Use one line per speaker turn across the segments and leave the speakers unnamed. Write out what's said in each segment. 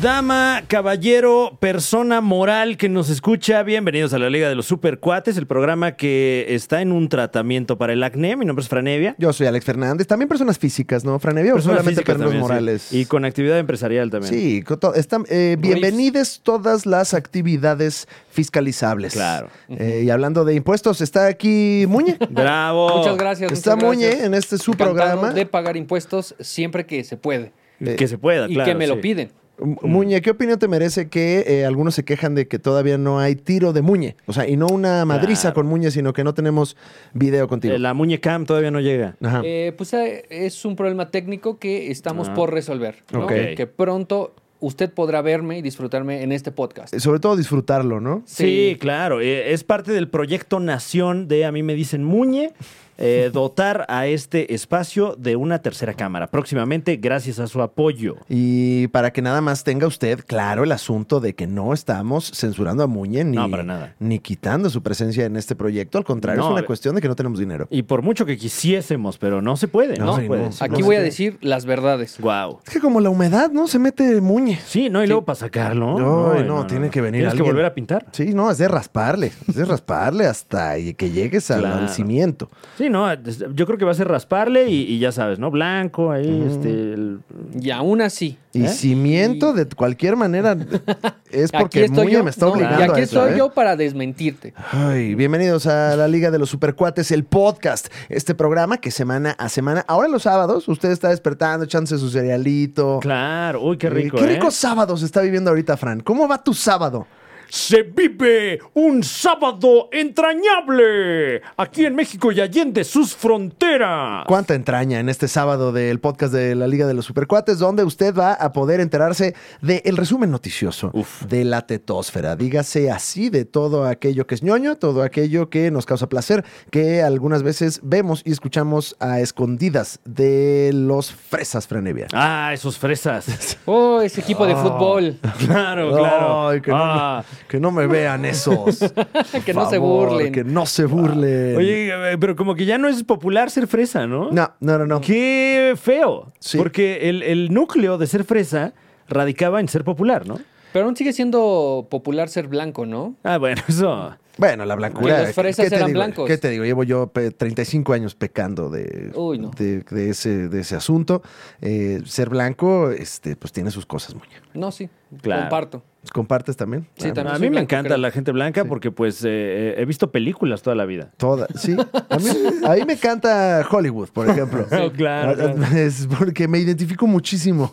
Dama, caballero, persona moral que nos escucha, bienvenidos a la Liga de los Supercuates, el programa que está en un tratamiento para el acné. Mi nombre es Franevia.
Yo soy Alex Fernández. También personas físicas, ¿no? Franevia o
Personas
solamente
físicas
personas
también, sí.
morales.
Y con actividad empresarial también.
Sí, con to- están, eh,
Riffs.
bienvenides todas las actividades fiscalizables.
Claro.
Eh, y hablando de impuestos, está aquí Muñe.
Bravo.
Muchas gracias.
Está
muchas gracias.
Muñe en este su
Encantado
programa.
De pagar impuestos siempre que se puede.
Que se pueda,
Y
claro.
que me
sí.
lo piden.
Mu- Muñe, ¿qué opinión te merece que eh, algunos se quejan de que todavía no hay tiro de Muñe? O sea, y no una madriza
Claro.
con Muñe, sino que no tenemos video contigo.
Eh, La muñecam todavía no llega.
Ajá.
Eh, pues eh, es un problema técnico que estamos
Ah.
por resolver. ¿no?
Ok.
Que pronto usted podrá verme y disfrutarme en este podcast.
Sobre todo disfrutarlo, ¿no?
Sí, claro. eh, es parte del proyecto Nación de A mí me dicen Muñe. eh, dotar a este espacio de una tercera cámara próximamente gracias a su apoyo.
Y para que nada más tenga usted claro el asunto de que no estamos censurando a Muñe ni,
No, para nada.
ni quitando su presencia en este proyecto. Al contrario,
No,
es
a
una
eh.
ver.
cuestión de que no tenemos dinero.
Y por mucho que quisiésemos, pero no se puede, no,
No,
se
sí,
puede.
no.
sí,
Aquí
no
voy a
se
decir las verdades.
puede. Guau.
Es que como la humedad, ¿no? Se mete Muñe.
Sí, no, y
Sí.
luego para sacarlo.
No, no, tiene que venir
Tienes
alguien.
que volver a pintar.
Sí, no, es de rasparle. Es de rasparle hasta y que llegues al, al
Claro.
cimiento.
Sí, no, es- yo creo que va a ser rasparle y, y ya sabes, ¿no? Blanco, ahí, este. el-
Y aún así.
Y
¿Eh?
cimiento de cualquier manera es
Aquí
porque
estoy
Muñe
yo.
me está
¿no?
obligando
y aquí
a eso,
estoy
¿eh?
yo para desmentirte.
Ay, bienvenidos a la Liga de los Supercuates, el podcast. Este programa que semana a semana, ahora los sábados, usted está despertando, echándose su cerealito.
Claro, uy, qué
Eh,
rico.
qué
¿eh?
ricos sábados está viviendo ahorita, Fran. ¿Cómo va tu sábado?
Se vive un sábado entrañable aquí en México y allende sus fronteras.
¿Cuánta entraña en este sábado del podcast de la Liga de los Supercuates, donde usted va a poder enterarse del resumen noticioso
Uf.
de la tetósfera? Dígase así de todo aquello que es ñoño, todo aquello que nos causa placer, que algunas veces vemos y escuchamos a escondidas de los fresas, Franevia.
Ah, esos fresas.
Oh, ese equipo de fútbol.
Claro, claro.
Ay, que no,
Ah.
me, que no me vean esos.
Que no se burlen.
Que no se burlen.
Oye, eh, pero como que ya no es popular ser fresa, ¿no?
No, no, no, no.
Qué feo.
Sí.
Porque el, el núcleo de ser fresa radicaba en ser popular, ¿no?
Pero aún sigue siendo popular ser blanco, ¿no?
Ah, bueno, eso.
Bueno, la blancura.
Que los fresas
te
eran
digo?
blancos.
¿Qué te digo? Llevo yo pe, 35 años pecando de,
Uy, no.
de, de ese, de ese asunto. Eh, ser blanco, este, pues tiene sus cosas, Muña.
No, sí.
Claro.
Comparto.
¿Compartes también?
Sí,
Ah,
también.
a
soy
mí me
blanco,
encanta
creo.
la gente blanca porque pues eh, eh, he visto películas toda la vida.
Toda, sí. A mí, a mí me encanta Hollywood, por ejemplo. Ah,
Sí, claro, claro.
Es porque me identifico muchísimo.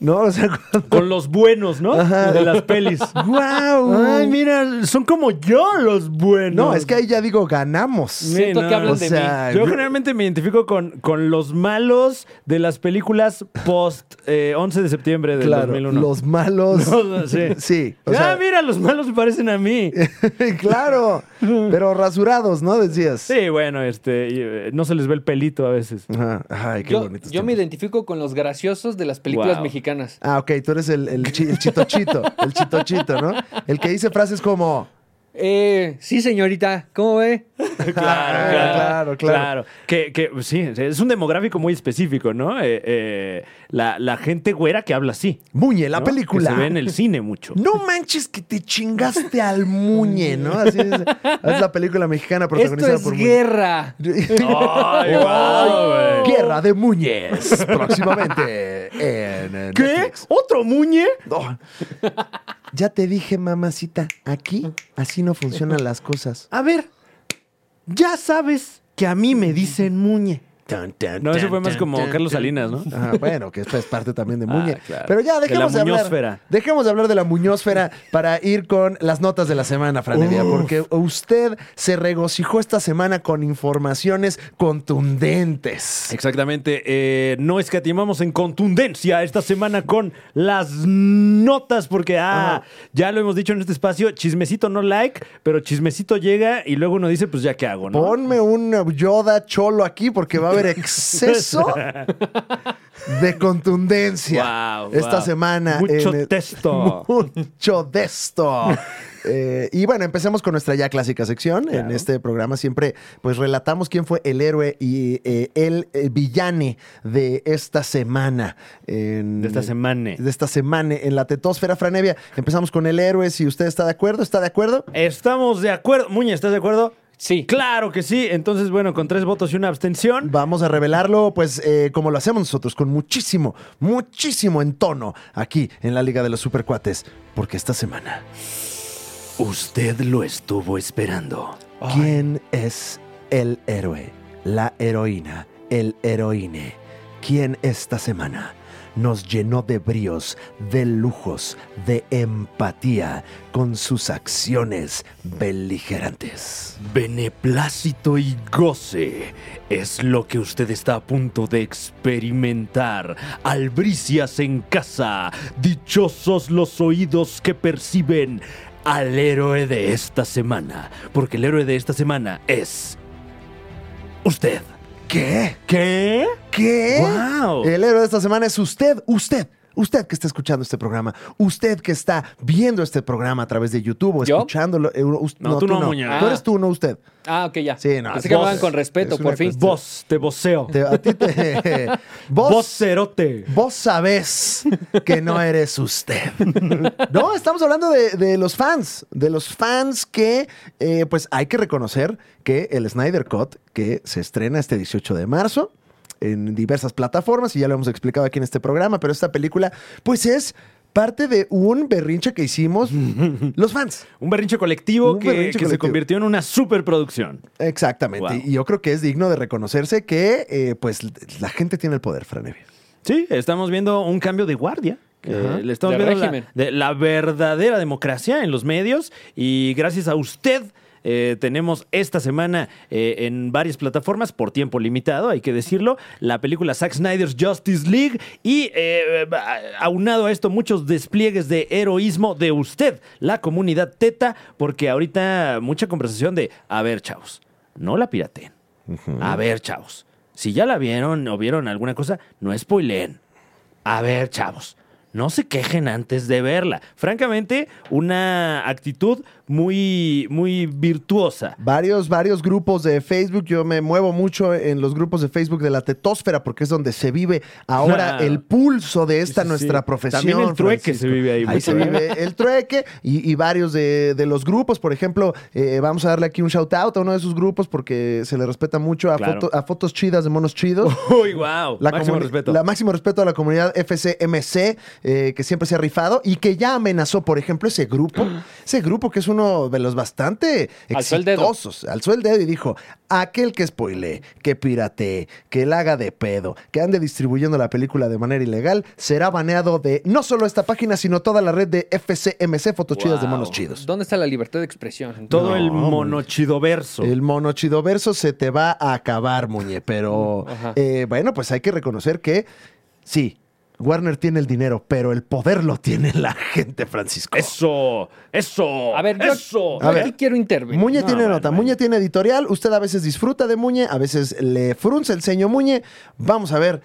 ¿No? O sea, cuando-
Con los buenos, ¿no?
Ajá.
De las pelis.
¡Guau!
Ay, mira, son como yo los buenos.
No, es que ahí ya digo, ganamos.
Siento
no,
que hablan
o
de
sea,
Yo generalmente me identifico con, con los malos de las películas post eh, 11 de septiembre del
claro,
2001.
los malos.
No, sí.
Sí, o
ah,
sea-
mira, los malos me parecen a mí.
claro, pero rasurados, ¿no? Decías.
Sí, bueno, este, y, eh, no se les ve el pelito a veces.
Ajá. Ay, qué
Yo,
bonito.
yo me identifico con los graciosos de las películas
Wow.
mexicanas.
Ah, ok, tú eres el, el, chi- el chitochito, el chitochito, ¿no? El que dice frases como...
Eh, sí, señorita, ¿cómo ve?
Claro,
Ah, claro, claro.
Que, que, sí, es un demográfico muy específico, ¿no? Eh, eh, la, la gente güera que habla así.
Muñe, la
¿no?
película.
Que se ve en el cine mucho.
No manches que te chingaste al Muñe, ¿no? Así es, es la película mexicana
Esto
protagonizada
es
por Muñe.
guerra.
Ay, guau, güey.
Guerra de Muñes, próximamente en eh,
¿Qué?
Netflix.
¿Otro muñe?
No. Ya te dije, mamacita, aquí así no funcionan las cosas.
A ver, ya sabes que a mí me dicen muñe. No, eso fue más como Carlos Salinas, ¿no?
Ah, bueno, que esto es parte también de
Ah,
Muñe.
claro.
Pero ya,
De
dejemos
la
de, hablar.
muñósfera.
Dejemos de hablar de la muñósfera para ir con las notas de la semana, Franevia, porque usted se regocijó esta semana con informaciones contundentes.
Exactamente. eh, no escatimamos en contundencia esta semana con las notas, porque ah,
Ajá.
ya lo hemos dicho en este espacio, chismecito no like, pero chismecito llega y luego uno dice, pues ya qué hago, ¿no?
Ponme un Yoda cholo aquí porque va a haber exceso de contundencia
Guau,
esta
guau.
semana.
Mucho
en el-
texto.
Mucho de esto. Eh, y bueno, empecemos con nuestra ya clásica sección.
Claro.
En este programa siempre pues relatamos quién fue el héroe y eh, el, eh, villane de esta semana. En-
De esta semana.
De esta semana en la tetósfera franevia. Empezamos con el héroe. Si usted está de acuerdo, ¿está de acuerdo?
Estamos de acuerdo. Muñe, ¿estás de acuerdo?
Sí.
Claro que sí. Entonces, bueno, con tres votos y una abstención.
Vamos a revelarlo, pues, eh, como lo hacemos nosotros, con muchísimo, muchísimo entono aquí en la Liga de los Supercuates. Porque esta semana,
Usted lo estuvo esperando.
¿quién es el héroe? La heroína, el heroíne. ¿Quién esta semana nos llenó de bríos, de lujos, de empatía con sus acciones beligerantes?
Beneplácito y goce es lo que usted está a punto de experimentar. Albricias en casa, dichosos los oídos que perciben al héroe de esta semana, porque el héroe de esta semana es usted.
¿Qué?
¿Qué?
¿Qué?
¡Guau!
El héroe de esta semana es usted, usted. Usted que está escuchando este programa, usted que está viendo este programa a través de YouTube o
¿Yo?
escuchándolo. eh, us-
No, tú no, Muñoz.
Tú eres tú, no usted.
Ah, ok, ya.
Sí, no,
Así
es
que
vos.
van con respeto,
Es una
por fin.
Vos, te voceo.
Te- a ti te- vos,
Vocerote.
vos sabés que no eres usted. No, estamos hablando de, de los fans, de los fans que, eh, pues hay que reconocer que el Snyder Cut, que se estrena este 18 de marzo en diversas plataformas, y ya lo hemos explicado aquí en este programa, pero esta película, pues es parte de un berrinche que hicimos los fans.
Un berrinche colectivo
Un
que,
berrinche
que se
colectivo.
convirtió en una superproducción.
Exactamente.
Wow.
Y yo creo que es digno de reconocerse que, eh, pues, la gente tiene el poder, Franevia.
Sí, estamos viendo un cambio de guardia. Eh, le estamos
De
viendo la-
régimen.
de la verdadera democracia en los medios y gracias a usted eh, tenemos esta semana eh, en varias plataformas por tiempo limitado, hay que decirlo, la película Zack Snyder's Justice League y eh, a- aunado a esto muchos despliegues de heroísmo de usted, la comunidad teta, porque ahorita mucha conversación de, a ver chavos, no la pirateen. A ver, chavos. Si ya la vieron o vieron alguna cosa, no spoileen. A ver, chavos. No se quejen antes de verla. Francamente, una actitud muy, muy virtuosa.
Varios, varios grupos de Facebook. Yo me muevo mucho en los grupos de Facebook de la tetósfera porque es donde se vive ahora
Claro.
el pulso de esta
Sí, sí,
nuestra
sí.
profesión.
También el trueque se vive ahí
Ahí
mucho,
se
¿eh?
vive el trueque y, y varios de, de los grupos. Por ejemplo, eh, vamos a darle aquí un shout out a uno de sus grupos porque se le respeta mucho a,
Claro.
foto- a fotos chidas de monos chidos.
Uy, wow.
La
Máximo
comuni-
respeto.
la máximo respeto a la comunidad FCMC, eh, que siempre se ha rifado y que ya amenazó, por ejemplo, ese grupo, ese grupo que es uno de los bastante
Alzó el dedo.
exitosos. Alzó el dedo y dijo, aquel que spoile, que piratee, que la haga de pedo, que ande distribuyendo la película de manera ilegal, será baneado de no solo esta página, sino toda la red de FCMC, fotos chidas de
Wow.
monos chidos.
¿Dónde está la libertad de expresión?
Todo
No,
el
muy-
monochidoverso.
El mono chido verso se te va a acabar, muñe. Pero
Ajá.
eh, bueno, pues hay que reconocer que sí, Warner tiene el dinero, pero el poder lo tiene la gente, Francisco.
Eso, eso,
A ver, yo,
eso.
yo
A ver.
aquí quiero intervenir.
Muñe
No,
tiene
bueno,
nota,
bueno.
Muñe tiene editorial. Usted a veces disfruta de Muñe, a veces le frunce el ceño Muñe. Vamos a ver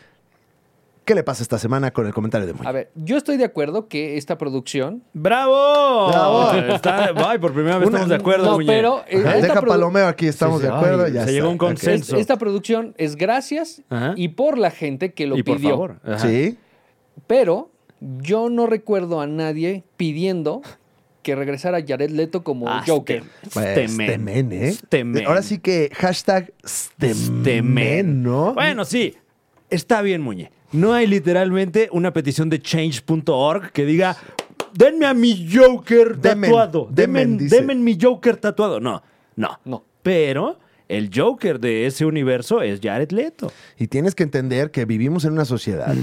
qué le pasa esta semana con el comentario de Muñe.
A ver, yo estoy de acuerdo que esta producción.
¡Bravo!
Bravo.
Está- ay, por primera vez
Una-
estamos de acuerdo,
no,
Muñe.
pero eh,
Ajá.
esta
Deja
produ-
Palomeo aquí, estamos
Sí, sí,
de acuerdo.
ay, se
ya está.
llegó a un
Ok.
consenso.
es- esta producción es gracias
Ajá.
y por la gente que lo
Y por
pidió.
favor. ajá.
Sí.
Pero yo no recuerdo a nadie pidiendo que regresara Jared Leto como
Ah,
Joker.
este-
Pues,
este men.
Stemen, ¿eh?
Este men.
Ahora sí que hashtag Stemen,
Temen.
¿no?
Bueno, sí, está bien, Muñe. No hay literalmente una petición de change.org que diga, denme a mi Joker
Demen,
tatuado. Denme,
demen,
denme,
dice.
mi Joker tatuado. No, no.
No.
Pero el Joker de ese universo es Jared Leto.
Y tienes que entender que vivimos en una sociedad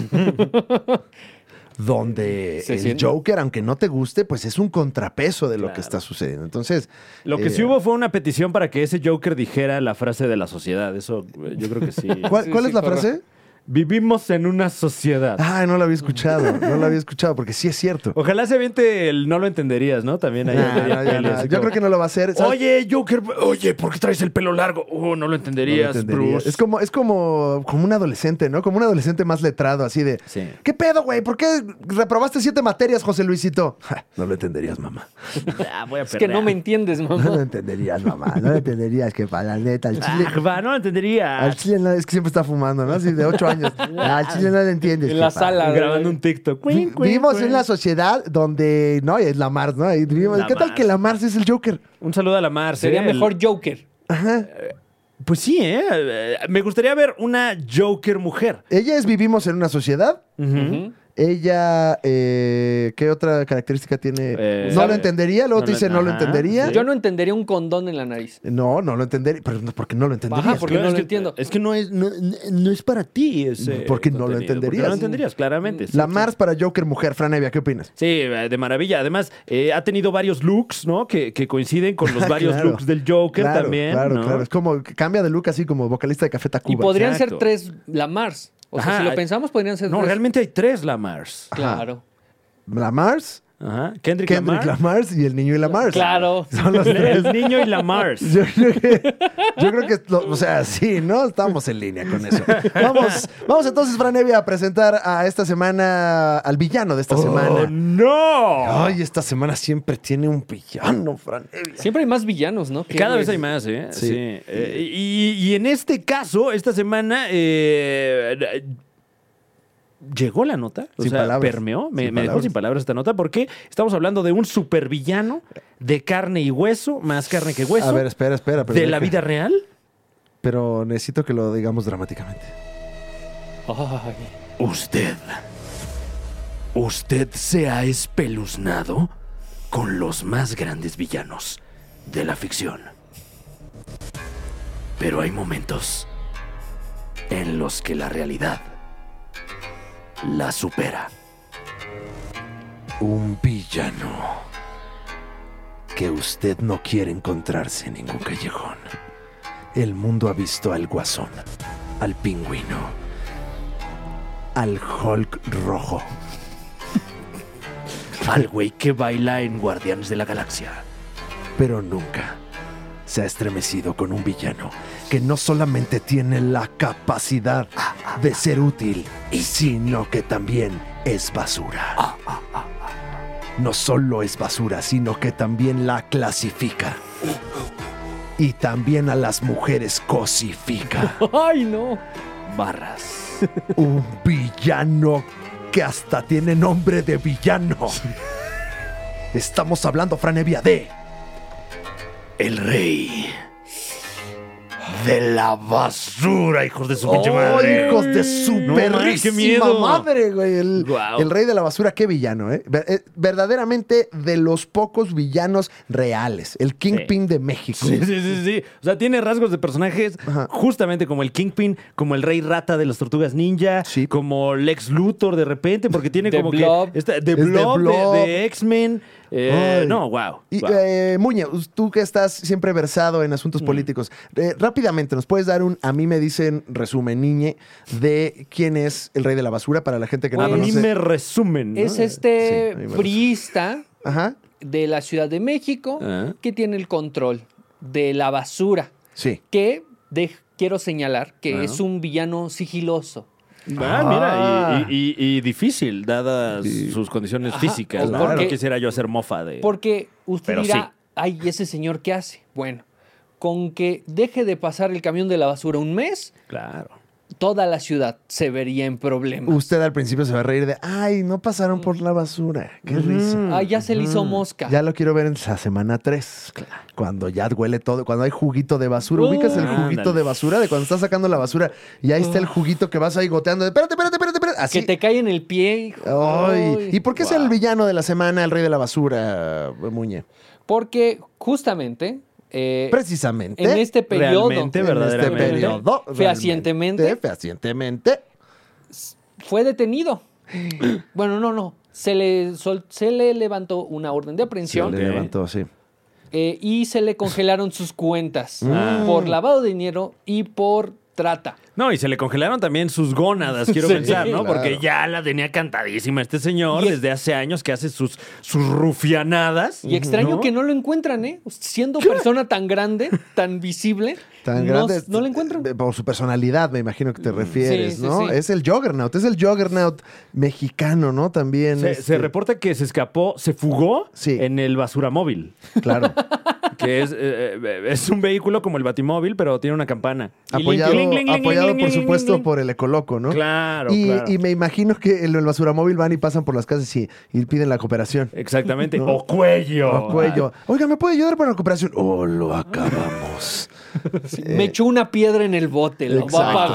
donde
Se
el
siente.
Joker, aunque no te guste, pues es un contrapeso de lo que
Claro.
está sucediendo. Entonces,
Lo que
eh,
sí hubo fue una petición para que ese Joker dijera la frase de la sociedad. Eso eh, yo creo que sí.
¿Cuál,
Sí,
cuál
sí,
es la
correcto.
frase?
Vivimos en una sociedad.
Ay, no la había escuchado, no la había escuchado, porque sí es cierto.
Ojalá se aviente el no lo entenderías, ¿no? También ahí.
Nah,
habría
no, ya
pelis,
no.
así
Yo
como,
creo que no lo va a hacer. ¿sabes?
Oye, Joker, oye, ¿por qué traes el pelo largo? Oh, no lo
No lo
entenderías,
entendería.
Bruce.
Es como, es como, como un adolescente, ¿no? Como un adolescente más letrado, así de.
Sí.
¿Qué pedo, güey? ¿Por qué reprobaste siete materias, José Luisito? Ja, no lo entenderías, mamá.
Ah, voy a
Es que no me
perrear.
entiendes,
No lo
mamá.
entenderías, mamá. No lo entenderías, que para la neta, al chile.
Ah, va, no lo
Al
entenderías.
chile no, es que siempre está fumando, ¿no? Así de ocho años. Al chile no le entiendes.
En la
jefa.
sala.
Grabando un TikTok.
Vi-
Cuin, cuin,
vivimos
cuin.
en una sociedad donde. No, es la Mars, ¿no? Ahí vivimos-
eh. La
¿Qué tal
Mars.
que la Mars es el Joker?
Un saludo a la Mar.
Sería
¿eh? El-
mejor Joker.
Pues sí, ¿eh? Eh, Me gustaría ver una Joker mujer.
Ella es vivimos en una sociedad.
Ujú.
Ella, eh, ¿qué otra característica tiene?
Eh,
no lo
sabe.
entendería, luego
No
te
lo-
dice no lo
ajá,
entendería.
sí.
Yo no entendería un condón en la nariz.
No, no lo entendería, pero no, porque no lo entendería.
Ajá, porque no
es
lo
que-
entiendo.
Es que no es, no, no es para ti ese
Porque
contenido,
no lo
porque no
entenderías.
lo entenderías, claramente. sí,
La
sí.
Mars para Joker mujer, Fran Evia, ¿qué opinas?
Sí, eh, de maravilla. Además, eh, ha tenido varios looks, ¿no? Que, que coinciden con los varios
Ah, Claro.
looks del Joker
claro,
también.
Claro,
¿no?
claro. Es como que cambia de look así como vocalista de Café
Y
Tacuba.
podrían
exacto.
ser tres la Mars. O sea,
Ajá.
si lo pensamos, podrían ser
No,
tres.
realmente hay tres Lamars.
Claro.
La Mars,
Ajá. Kendrick,
Kendrick
Lamar.
Lamars y el niño y la Mars.
Claro.
Son los tres.
El niño y Lamars.
Yo creo que, yo creo que lo- o sea, sí, ¿no? Estamos en línea con eso. Vamos, vamos entonces, Fran Evia, a presentar a esta semana, al villano de esta
¡Oh,
semana.
no!
Ay, esta semana siempre tiene un villano, Fran Evia.
Siempre hay más villanos, ¿no? Que-
Cada vez hay más, ¿eh?
Sí.
Sí. Eh, y, y en este caso, esta semana. eh, Llegó la nota, o
Sin
sea,
palabras.
permeó, me,
Sin
me dejó
palabras.
sin palabras esta nota porque estamos hablando de un supervillano de carne y hueso, más carne que hueso,
A ver, espera, espera. Pero
Pues de la vida real.
Pero necesito que lo digamos dramáticamente.
Ay.
Usted. Usted se ha espeluznado con los más grandes villanos de la ficción. Pero hay momentos en los que la realidad la supera.
Un villano que usted no quiere encontrarse en ningún callejón. El mundo ha visto al guasón, al pingüino, al Hulk rojo.
Al güey que baila en Guardianes de la Galaxia.
pero nunca se ha estremecido con un villano que no solamente tiene la capacidad de ser útil, sino que también es basura.
Ah,
No solo es basura, sino que también la clasifica.
Uh,
Y también a las mujeres cosifica.
Ay, no.
Barras.
Un villano que hasta tiene nombre de villano. Estamos hablando, Franevia, de...
El rey de la basura, hijos de su pinche
¡Oh,
madre.
hijos de
No
su
manches, qué miedo.
perrísima madre, güey! El,
Guau.
el rey de la basura, qué villano, ¿eh? Ver- eh, Verdaderamente de los pocos villanos reales. El Kingpin de México.
Sí, sí, sí, sí. O sea, tiene rasgos de personajes
Ajá.
justamente como el Kingpin, como el Rey Rata de las Tortugas Ninja,
Sí.
como Lex Luthor de repente, porque tiene
The
como
Blob.
que... Está,
Es
de
The
Blob, de-
Blob.
de, X-Men. Eh,
Ay.
no, wow.
Y, eh, Muñe, tú que estás siempre versado en asuntos
Mm.
políticos, eh, rápidamente, ¿nos puedes dar un, a mí me dicen, resumen, niñe, de quién es el rey de la basura para la gente que
a
no
Pues,
mí
conoce?
me resumen. ¿no?
Es
Sí, a
este
mí me gusta.
priista
Ajá,
de la Ciudad de México
Ah.
que tiene el control de la basura.
sí.
Que de- quiero señalar que
Ah.
es un villano sigiloso.
Ah,
Ah.
mira, y, y- y difícil, dadas sus condiciones
Ajá,
físicas. ¿no?
porque-
No quisiera yo hacer mofa de...
Porque usted
Pero
dirá,
sí.
ay, ¿y ese señor qué hace? Bueno, con que deje de pasar el camión de la basura un mes,
Claro.
toda la ciudad se vería en problemas.
Usted al principio se va a reír de, ay, no pasaron por la basura, qué risa.
Ay, Ah, ya se le hizo mosca.
mm, Ya lo quiero ver en la semana 3. Cuando ya huele todo, cuando hay juguito de basura.
Uh.
Ubicas el juguito
Ándale.
de basura de cuando estás sacando la basura y ahí está el juguito que vas ahí goteando. de, Espérate, espérate, espérate, espérate. Así.
que te cae en el pie. hijo.
Ay.
Ay.
¿Y por qué es el villano de la semana, el rey de la basura, Muñe?
Eh, Porque justamente eh,
Precisamente.
en este periodo
Realmente,
en este
verdaderamente.
periodo.
Fehacientemente.
realmente, Fehacientemente.
fue detenido. bueno, no, no. Se le, sol- se le levantó una orden de
Se
aprehensión
le
Ok.
levantó, sí.
eh, y se le congelaron sus cuentas
Ah.
por lavado de dinero y por trata.
No, y se le congelaron también sus gónadas, quiero
Sí,
pensar, ¿no?
claro.
Porque ya la tenía cantadísima este señor
Y es-
desde hace años que hace sus, sus rufianadas.
Y extraño
¿no?
que no lo encuentran, ¿eh? Siendo persona tan grande, tan visible,
Tan
no,
grande. eh,
no lo encuentran.
de- Por su personalidad, me imagino que te refieres,
sí,
¿no?
sí.
Es el Juggernaut, es el Juggernaut mexicano, ¿no? También.
Se,
este,
se reporta que se escapó, se fugó
Sí.
en el basura móvil,
Claro.
que es, eh, es un vehículo como el batimóvil, pero tiene una campana. Y
apoyado,
ling, ling, ling,
apoyado
ling,
por
ling,
supuesto,
ling, ling.
por el Ecoloco, ¿no?
Claro,
y,
claro.
y me imagino que en el basuramóvil van y pasan por las casas y, y piden la cooperación.
Exactamente. O cuello.
O cuello. Oiga, ¿me puede ayudar para la cooperación? Oh, lo acabamos.
me echó una piedra en el bote, lo va
exacto.
a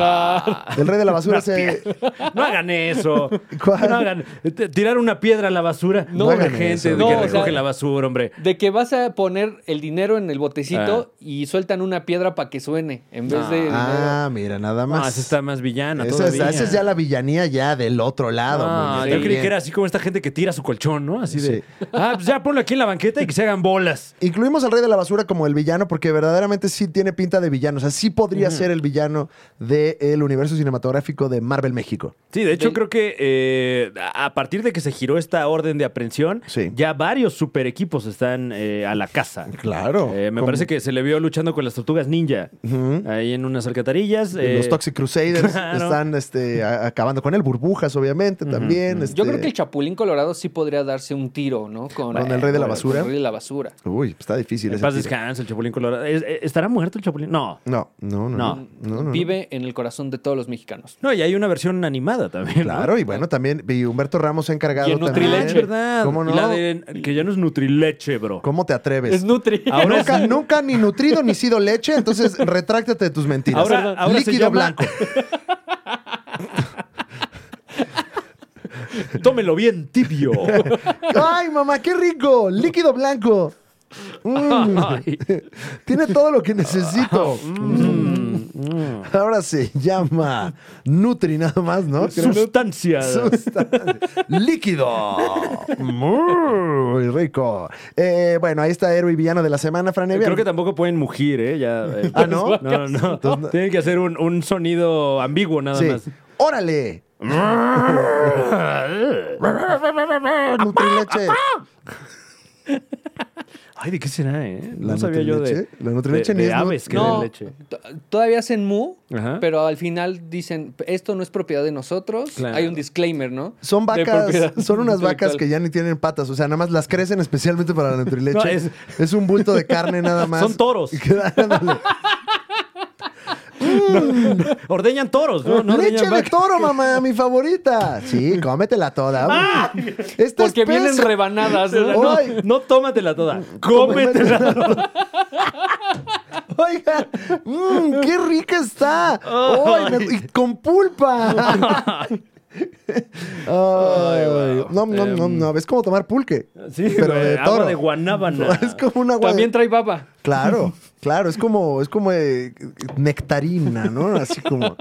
pagar.
El rey de la basura
Una
se.
piedra. No hagan eso.
¿Cuál?
No hagan. t- Tirar una piedra a la basura.
No,
No, la
hagan
gente
eso,
de
no,
que
o sea-
recoge la basura, hombre.
De que vas a poner el dinero en el botecito y sueltan una piedra para que suene en vez de. dinero.
Ah, mira, nada
No,
más.
esa está más villana.
Esa es,
todavía.
esa es ya la villanía ya del otro lado.
Ah,
muy bien,
yo
muy
creí
bien.
que era así como esta gente que tira su colchón, ¿no? Así de.
Sí.
Ah, pues ya ponlo aquí en la banqueta y que se hagan bolas.
Incluimos al rey de la basura como el villano porque verdaderamente sí tiene pinta de villano. O sea, sí podría ser el villano del universo cinematográfico de Marvel México.
Sí, de hecho
Del-
creo que eh, a partir de que se giró esta orden de aprehensión,
Sí.
ya varios super equipos están eh, a la casa.
Claro.
Eh, me
Como
parece que se le vio luchando con las tortugas ninja. Ahí en unas alcantarillas. eh,
Los Toxic Crusaders
claro.
están este, a- acabando con él. Burbujas, obviamente, también.
Yo
este-
creo que el Chapulín Colorado sí podría darse un tiro, ¿no? Con,
Con el rey de la
con
basura.
El rey de la basura.
Uy, está difícil.
En
ese
paz
tiro.
descansa el Chapulín Colorado. ¿Es- eh, ¿Estará muerto el Chapulín? No.
No, no, no.
No.
no, no, no.
Vive en el corazón de todos los mexicanos.
No, y hay una versión animada también. ¿no?
Claro, y bueno, también y Humberto Ramos se ha encargado
Y el
Ah,
también.
es
Nutrileche.
verdad.
¿Cómo no?
La de- que ya no es Nutrileche, bro.
¿Cómo te atreves?
Es Nutri.
Ahora es-
nunca, nunca ni nutrido ni sido leche, entonces retráctate de tus mentiras.
Ahora- ahora se
Líquido
llama-
blanco.
Tómelo bien tibio.
¡Ay, mamá, qué rico! Líquido blanco. Mm,
Ay.
tiene todo lo que necesito.
Mm.
Ahora se llama Nutri nada más, ¿no? Creo-
Sustancia.
Sustancia. Líquido. Muy rico. Eh, bueno, ahí está héroe y villano de la semana, Fran Evia.
Creo que tampoco pueden mugir, ¿eh? Ya, eh.
Ah, ¿no?
No, no.
Entonces, no.
Tienen que hacer un, un sonido ambiguo nada más.
Sí. ¡Órale! Nutrileche.
Ay, ¿de qué será, eh?
La
no sabía yo de.
Nutrileche. La Nutrileche
de-
ni
de
es nut-
aves que
No,
den leche.
t- todavía hacen mu,
Ajá.
pero al final dicen, esto no es propiedad de nosotros.
Claro.
Hay un disclaimer, ¿no?
Son
De
vacas,
propiedad
son unas vacas que
intelectual.
ya ni tienen patas, o sea, nada más las crecen especialmente para la nutrileche.
No,
es,
es-
un bulto de carne nada más.
Son toros.
Ándale.
Ordeñan toros, ¿no? No
leche
ordeñan
de
vacas.
toro, mamá, mi favorita. Sí, cómetela toda. Esta
Porque vienen
espesa.
rebanadas. ¿no?
No,
Ay.
no tómatela toda. Cómetela.
Oiga, mm, qué rica está. Ay, me- y con pulpa. Ay,
wow.
No, no, no, no. Es como tomar pulque.
Sí,
pero
güey,
de
agua
toro.
de guanábana.
Es como un agua. de-
También trae baba.
Claro, claro. Es como, es como eh, nectarina, ¿no? Así como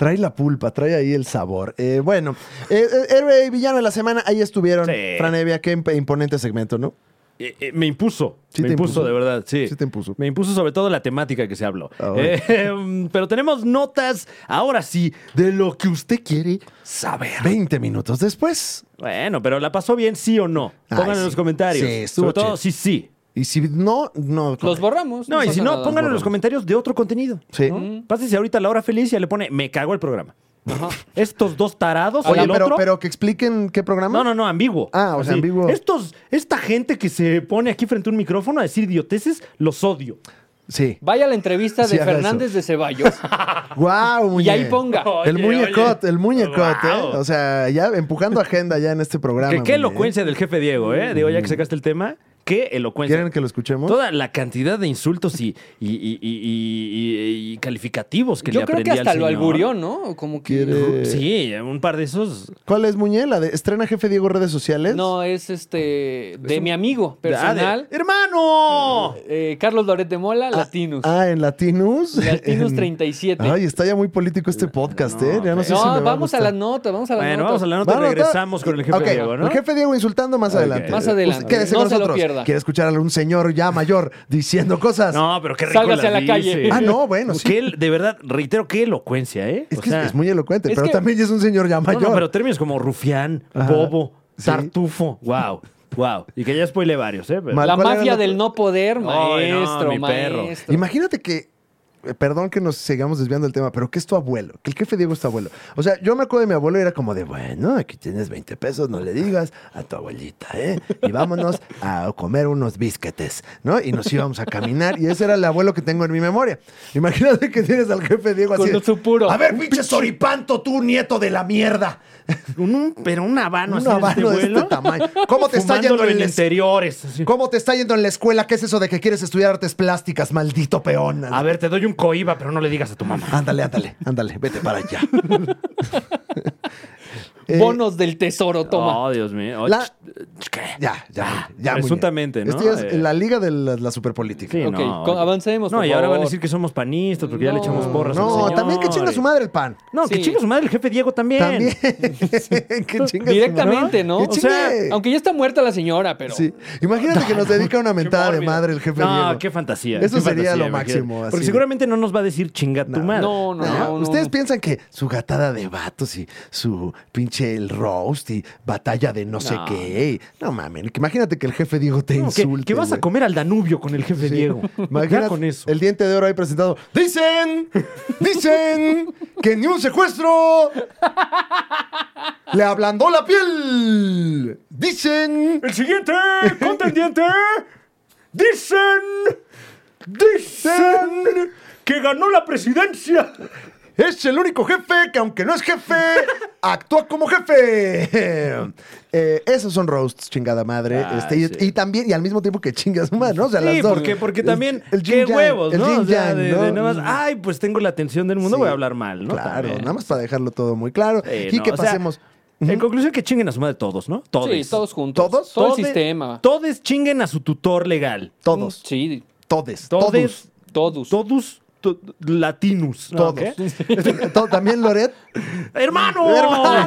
trae la pulpa, trae ahí el sabor. Eh, bueno, eh, eh, héroe y villano de la semana. Ahí estuvieron.
Sí.
Fran Evia, qué imp- imponente segmento, ¿no?
Eh, eh, me impuso.
Sí
me
te
impuso,
impuso.
de verdad, sí.
Sí te impuso.
Me impuso sobre todo la temática que se habló.
Ah, bueno.
Eh, pero tenemos notas, ahora sí, de lo que usted quiere.
Saber. 20 minutos después.
Bueno, pero ¿la pasó bien sí o no?
Ay,
Pónganlo en
sí.
los comentarios.
Sí, estuvo
sobre todo
chido.
si sí.
Y si no, no.
Los borramos.
No, y
pasa
si no,
nada.
pónganlo en los comentarios de otro contenido.
Sí.
Pásese ahorita a la hora feliz y le pone, me cago el programa. Estos dos tarados y
Oye,
el
pero,
otro.
pero que expliquen qué programa.
No, no, no, ambiguo.
Ah, o sea, ambiguo.
Estos, esta gente que se pone aquí frente a un micrófono a decir idioteces, los odio.
Sí.
Vaya a la entrevista de
Sí, haga eso.
Fernández de Ceballos
Guau,
y
muñe.
ahí ponga.
Oye,
el muñecot,
oye.
el muñecot, ¿eh?
Guau.
O sea, ya empujando agenda ya en este programa.
Que qué
muñe, ¿eh?
elocuencia del jefe Diego, ¿eh? Digo, ya que sacaste el tema, qué elocuencia.
Mm. ¿Quieren que lo escuchemos?
Toda la cantidad de insultos y, y, y- y- y- y calificativos que
Yo
le
creo
aprendí
que hasta
al
lo
señor.
alburió, ¿no? Como que.
¿Quiere-
Sí, un par de esos.
¿Cuál es Muñe? ¿La de estrena jefe Diego redes sociales?
No, es este. De mi amigo
Ah,
personal,
de- ¡Hermano!
eh, Carlos Loret de Mola,
Ah,
Latinus.
Ah, en Latinus.
Latinus
En-
37.
Ay, está ya muy político este podcast, ¿eh? Ya no sé
no,
si me va
vamos a,
gustar.
la nota, vamos a la
Bueno,
nota.
vamos a la nota y
Vamos a la nota.
regresamos con el jefe
Ok,
Diego, ¿no?
El jefe Diego insultando más
Ok.
adelante.
Más adelante.
Pues quédese
No
con
se lo
nosotros.
pierda. nada.
Quiere escuchar a un señor ya mayor diciendo cosas.
No, pero qué rico
Sálgase
las
a la
dice.
calle.
Ah, no, bueno, sí.
Qué el- de verdad, reitero, qué elocuencia, ¿eh?
Es
O
que
sea,
es muy elocuente,
es
pero
que-
también ya es un señor ya
no, no,
mayor.
pero términos como rufián,
Ajá.
bobo,
Sí.
tartufo. Wow, wow. Y que ya spoile varios, ¿eh? Pero-
Mal-
La
¿Cuál era
mafia
la-
del no poder,
Ay, no,
maestro,
mi perro.
maestro.
Imagínate que, eh, perdón que nos sigamos desviando del tema, pero que es tu abuelo, que el jefe Diego es tu abuelo. O sea, yo me acuerdo de mi abuelo y era como de, bueno, aquí tienes 20 pesos, no le digas a tu abuelita, ¿eh? Y vámonos a comer unos bisquetes, ¿no? Y nos íbamos a caminar y ese era el abuelo que tengo en mi memoria. Imagínate que tienes al jefe Diego así.
Con
de,
su puro.
A ver, pinche soripanto, tú, nieto de la mierda.
Un- un- pero un habano
Un
así de este
habano de este,
vuelo,
tamaño. ¿Cómo te está
fumándolo
yendo en
en
la escuela?
interiores. así.
¿Cómo te está yendo en la escuela? ¿Qué es eso de que quieres estudiar artes plásticas, maldito peón?
A ver, te doy un coiba, pero no le digas a tu mamá.
Ándale, ándale, ándale, vete para allá. Eh,
Bonos del tesoro, toma.
Oh, Dios mío. Oh,
La-
ch- ch- ¿qué?
Ya, ya, ya. muy bien.
Ah, Presuntamente, ¿no?
Esto ya es
Eh.
la liga de la, la superpolítica.
Sí,
Ok,
no.
con- avancemos,
No,
por
y ahora van a
favor.
decir que somos panistas porque ya le
No.
echamos porras. al
No,
señor.
también que chinga su madre el pan.
No, que
Sí.
chinga su madre el jefe Diego también.
También. que chinga
Directamente, ¿no?
Que
O sea,
chingue.
aunque ya está muerta la señora, pero.
Sí. Imagínate que nos dedica una mentada de
mórbido.
madre el jefe
No,
Diego.
qué fantasía.
Eso
qué
sería
fantasía,
lo
imagínate.
máximo, así
Porque
de-
seguramente no nos va a decir chinga tu madre.
No, no,
No,
no. no,
Ustedes
no.
piensan que su gatada de vatos y su pinche el roast y batalla de no, sé
No.
qué. y- No mames, que imagínate que el jefe Diego te
No, que,
insulte.
que vas a
güey.
comer al Danubio con el jefe
Sí.
Diego.
Imagínate
Ya con eso.
El diente de oro ahí presentado. Dicen, dicen que ni un secuestro le ablandó la piel. Dicen
El siguiente contendiente dicen dicen que ganó la presidencia.
Es el único jefe que, aunque no es jefe, actúa como jefe. Eh, esos son roasts, chingada madre.
Ah,
Este, y,
sí.
y también, y al mismo tiempo que chingas madre, ¿no? O sea,
Sí,
las dos.
porque, porque también
El
qué
yin yang,
huevos,
el
¿no?
yin
O sea,
yang,
de,
¿no?
de nada más, ay, pues tengo la atención del mundo,
Sí.
voy a hablar mal, ¿no?
Claro,
También.
nada más para dejarlo todo muy claro.
Sí,
y
no,
que
o sea,
pasemos.
En conclusión, que chinguen a su madre todos, ¿no? Todos.
Sí, todos juntos.
¿Todos?
Todo el
Todes-
sistema.
Todos chinguen a su tutor legal.
Todos,
Sí,
todes, todos.
Todos.
todos.
Todos. to- latinus. ¿no?
Todos.
¿Qué?
To- También Loret.
¡Hermano!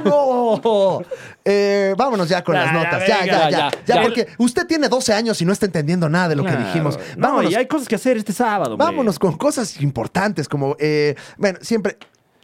¡Hermano! Eh, vámonos ya con
Ya,
las
ya,
notas. Ya,
venga,
ya, ya,
ya,
ya.
ya.
porque usted tiene 12 años y no está entendiendo nada de lo que
Claro.
dijimos.
No,
Vámonos.
y hay cosas que hacer este sábado. hombre.
Vámonos con cosas importantes como, eh, bueno, siempre...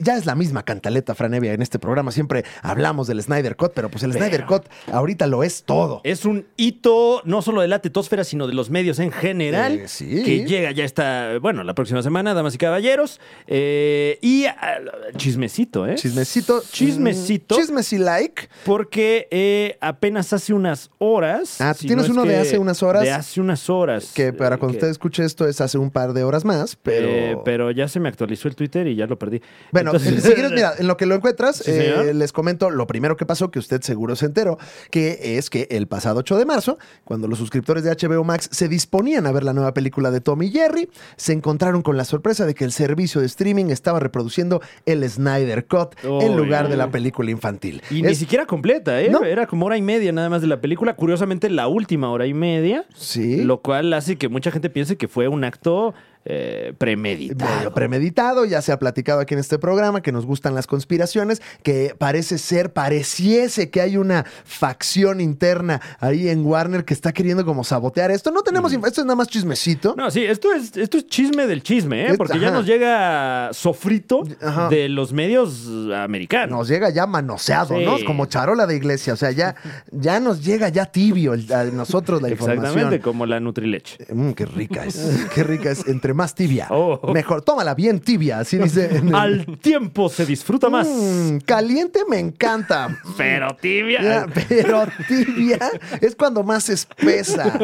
Ya es la misma cantaleta, Franevia, en este programa. Siempre hablamos del Snyder Cut, pero pues el Snyder Cut ahorita lo es todo.
Es un hito no solo de la tetosfera, sino de los medios en general.
Eh, sí.
Que llega ya esta, bueno, la próxima semana, damas y caballeros. Eh, y ah, chismecito, ¿eh?
Chismecito. mm,
Chismecito.
Chismeci like.
Porque eh, apenas hace unas horas.
Ah, ¿tú tienes uno de
que
hace unas horas?
De hace unas horas.
Que para
eh,
cuando
que,
usted escuche esto es hace un par de horas más, pero...
eh, pero ya se me actualizó el Twitter y ya lo perdí. Entonces-
Bueno, si quieres, mira, en lo que lo encuentras,
Sí,
eh,
señor.
les comento lo primero que pasó, que usted seguro se enteró, que es que el pasado 8 de marzo, cuando los suscriptores de HBO Max se disponían a ver la nueva película de Tommy Jerry, se encontraron con la sorpresa de que el servicio de streaming estaba reproduciendo el Snyder Cut en
Uy,
lugar
uy.
de la película infantil.
Y ni
Es-
siquiera completa, ¿eh?
No.
Era como hora y media nada más de la película. Curiosamente, la última hora y media.
Sí.
Lo cual hace que mucha gente piense que fue un acto eh,
medio
premeditado.
premeditado, ya se ha platicado aquí en este programa que nos gustan las conspiraciones, que parece ser, pareciese que hay una facción interna ahí en Warner que está queriendo como sabotear esto. No tenemos, inf- esto es nada más chismecito.
Mm. No, sí, esto es, esto es chisme del chisme, ¿eh?
Es-
Porque ya
ajá.
nos llega sofrito
Ajá.
de los medios americanos.
Nos llega ya manoseado,
Sí.
¿no? Como charola de iglesia, o sea, ya, ya nos llega ya tibio el- a nosotros la
Exactamente,
información.
como la Nutrileche.
Mm, qué rica es, qué rica es. Entre más tibia,
Oh.
mejor. Tómala bien tibia, así dice. en el-
Al tiempo se disfruta más,
Mm, caliente me encanta.
pero tibia.
Ya, pero tibia es cuando más espesa.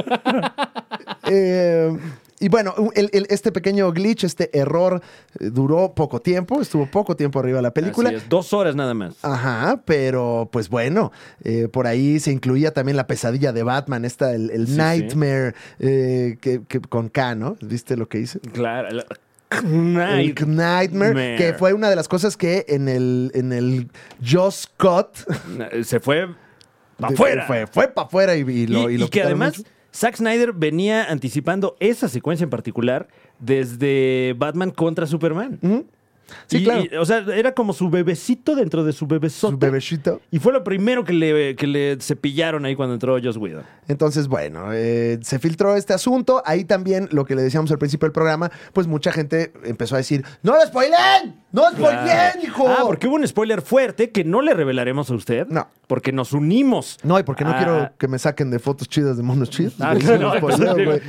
Eh, y bueno, el- el- este pequeño glitch, este error, eh, duró poco tiempo, estuvo poco tiempo arriba la película. Ah.
Así es, dos horas nada más.
Ajá, pero pues bueno, eh, por ahí se incluía también la pesadilla de Batman, esta, el, el
Sí, sí.
Nightmare eh, que, que- con K, ¿no? ¿Viste lo que hice?
Claro. la-
El Nightmare, que fue una de las cosas que en el, en el Just Cut
Se fue pa' afuera.
Fue, fue para afuera y, y lo,
y,
y lo
y que
quitaron
además
mucho.
Zack Snyder venía anticipando esa secuencia en particular desde Batman contra Superman.
Ujú. Sí,
Y-
claro.
y, o sea, era como su bebecito dentro de su bebesote.
Su bebecito.
Y fue lo primero que le, que le cepillaron ahí cuando entró Joss Whedon.
Entonces, bueno, eh, se filtró este asunto. Ahí también, lo que le decíamos al principio del programa, pues mucha gente empezó a decir, ¡No lo spoilen! ¡No spoilen,
Claro.
hijo!
Ah, porque hubo un spoiler fuerte que no le revelaremos a usted.
No.
Porque nos unimos.
No, y porque no
Ah.
quiero que me saquen de fotos chidas de monos chidos.
Ah,
güey.
claro,
No,
pues,
spoileo,
digo,
güey.